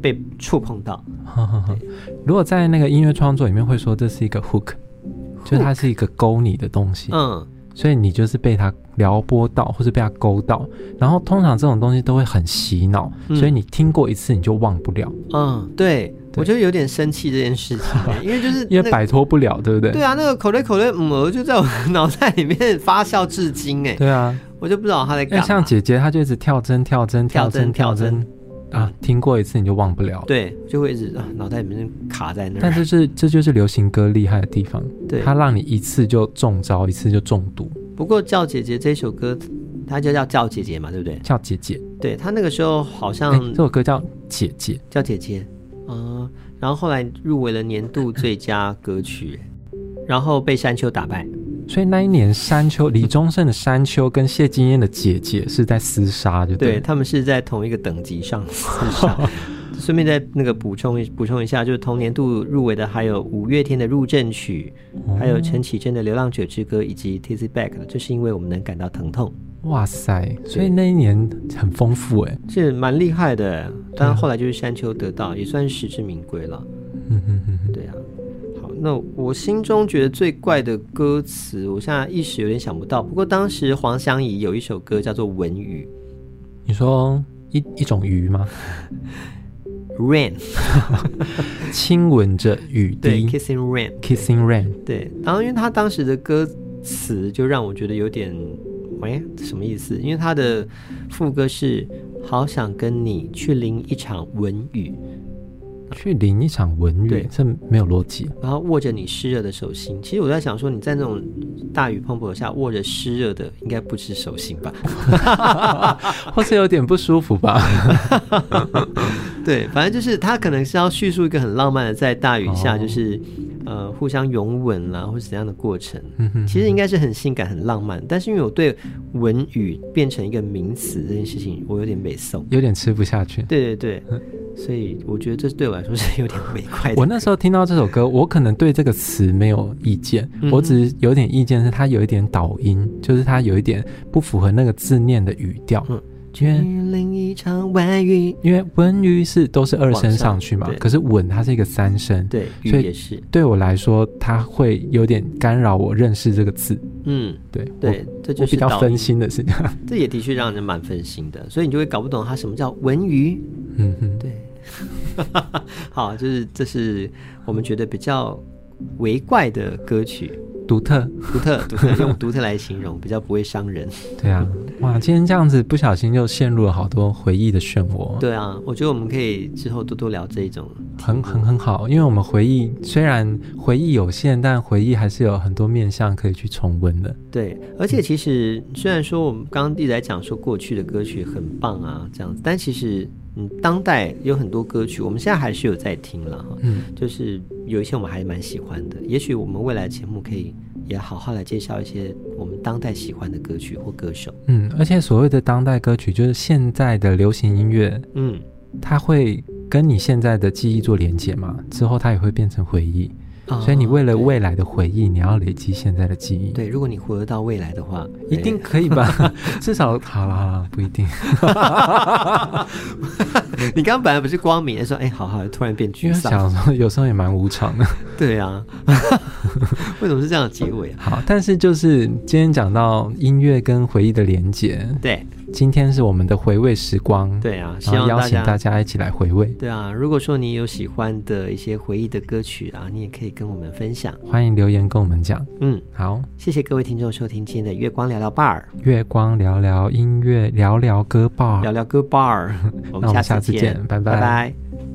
S1: 被触碰到。
S2: 呵呵呵如果在那个音乐创作里面会说这是一个 hook，就是它是一个勾你的东西，
S1: 嗯，
S2: 所以你就是被它撩拨到，或是被它勾到。然后通常这种东西都会很洗脑，
S1: 嗯
S2: 所以你听过一次你就忘不了，
S1: 嗯，对，
S2: 对
S1: 我就有点生气这件事 情，因为就是
S2: 因
S1: 那
S2: 为
S1: 个。
S2: 摆脱不了，对不对？
S1: 对啊，那个口袋口袋母鹅就在我脑袋里面发酵至今哎，
S2: 对啊，
S1: 我就不知道他在
S2: 因
S1: 干
S2: 为
S1: 嘛。
S2: 像姐姐她就一直跳针、跳针、
S1: 啊跳针
S2: 针、跳针啊，听过一次你就忘不了。
S1: 对，就会一直啊脑袋里面卡在那
S2: 但
S1: 儿。
S2: 这是这就是流行歌厉害的地方，
S1: 对，
S2: 它让你一次就中招，一次就中毒。
S1: 不过叫姐姐这首歌，它就叫叫姐姐嘛，对不对？
S2: 叫姐姐，
S1: 对他那个时候好
S2: 哎、
S1: 像
S2: 这首歌叫姐姐。
S1: 叫姐姐，嗯、然后后来入围了年度最佳歌曲，然后被山丘打败。
S2: 所以那一年山丘，李宗盛的山丘跟谢金燕的姐姐是在厮杀，就对
S1: 对
S2: 了。
S1: 他们是在同一个等级上 厮杀。顺便再那个补充一补充一下，就是同年度入围的还有五月天的《入阵曲》，还有陈绮贞的《流浪者之歌》，以及 Tizzy Bac 的《就是因为我们能感到疼痛
S2: 哇塞！所以那一年很丰富哎、》，
S1: 是蛮厉害的。当然后来就是山丘得到，也算是实至名归了。
S2: 嗯哼哼哼
S1: 对啊，好，那我心中觉得最怪的歌词，我现在一时有点想不到。不过当时黄湘怡有一首歌叫做《文鱼
S2: 你说一一种 鱼吗？
S1: Rain》，
S2: 亲吻着雨
S1: 对
S2: 滴
S1: ，Kissing Rain，
S2: ，kissing rain。
S1: 对。然后因为他当时的歌词就让我觉得有点，喂，什么意思？因为他的副歌是“好想跟你去淋一场文雨
S2: 去淋一场文
S1: 对
S2: 雨，这没有逻辑。”，
S1: 然后握着你湿热的手心。其实我在想说，你在那种大雨滂沱下握着湿热的，应该不是手心吧？
S2: 或是有点不舒服吧？
S1: 对，反正就是他可能是要叙述一个很浪漫的，在大雨下
S2: 哦
S1: 就是、呃互相拥吻啊啦，或是怎样的过程。
S2: 嗯哼
S1: 其实应该是很性感、很浪漫，但是因为我对文语变成一个名词这件事情，我有点北宋。
S2: 有点吃不下去。
S1: 对对对，所以我觉得这对我来说是有点违快
S2: 我
S1: 的。
S2: 那时候听到这首歌，我可能对这个词没有意见，
S1: 嗯
S2: 我只是有点意见是它有一点倒音，就是它有一点不符合那个字念的语调。
S1: 嗯
S2: 因为
S1: 淋一场晚雨，
S2: 因为文鱼是都是二声
S1: 往上
S2: 上去嘛
S1: 对，
S2: 可是吻它是一个三声，
S1: 对，雨
S2: 所以
S1: 也是，
S2: 对我来说，它会有点干扰我认识这个字。
S1: 嗯，
S2: 对
S1: 对，这
S2: 我我
S1: 就
S2: 比
S1: 是
S2: 较
S1: 导
S2: 分
S1: 引，
S2: 心的是 这样。
S1: 这也的确让人蛮分心的，所以你就会搞不懂它什么叫文语，
S2: 嗯哼，
S1: 对， 好，就是这是我们觉得比较为怪的歌曲，
S2: 独特。
S1: 独特，独特，用独特来形容，比较不会伤人。
S2: 对啊，哇，今天这样子不小心就陷入了好多回忆的漩涡。
S1: 对啊，我觉得我们可以之后多多聊这一种。
S2: 很很很好，因为我们回忆虽然回忆有限，但回忆还是有很多面向可以去重温的。
S1: 对，而且其实虽然说我们刚刚一直在讲说过去的歌曲很棒啊这样子，但其实嗯，当代有很多歌曲，我们现在还是有在听了哈。
S2: 嗯，
S1: 就是有一些我们还蛮喜欢的，也许我们未来节目可以也好好来介绍一些我们当代喜欢的歌曲或歌手。
S2: 嗯，而且所谓的当代歌曲，就是现在的流行音乐，
S1: 嗯，
S2: 它会跟你现在的记忆做连接嘛，之后它也会变成回忆。
S1: 啊
S2: 所以你为了
S1: 对
S2: 未来的回忆，你要累积现在的记忆。
S1: 对，如果你活得到未来的话，哎
S2: 一定可以吧？ 至少好了好了，不一定，
S1: 对。 你刚刚本来不是光明的说，哎，好好，突然变
S2: 因
S1: 沮
S2: 为
S1: 丧。
S2: 想说有时候也蛮无常的。
S1: 对啊， 为什么是这样的结尾啊？
S2: 好，但是就是今天讲到音乐跟回忆的连结，
S1: 对
S2: 今天是我们的回味时光，，
S1: 对啊，希
S2: 然后
S1: 望
S2: 邀
S1: 大
S2: 请
S1: 家
S2: 大家一起来回味，
S1: 对啊，如果说你有喜欢的一些回忆的歌曲啊，你也可以跟我们分享。
S2: 欢迎留言跟我们讲。
S1: 嗯，
S2: 好，
S1: 谢谢各位听众收听今天的月光聊聊 bar，
S2: 月光聊聊音乐，聊聊歌报
S1: 聊。聊歌 bar。我
S2: 哦那我们下次
S1: 见
S2: 见，拜
S1: 拜拜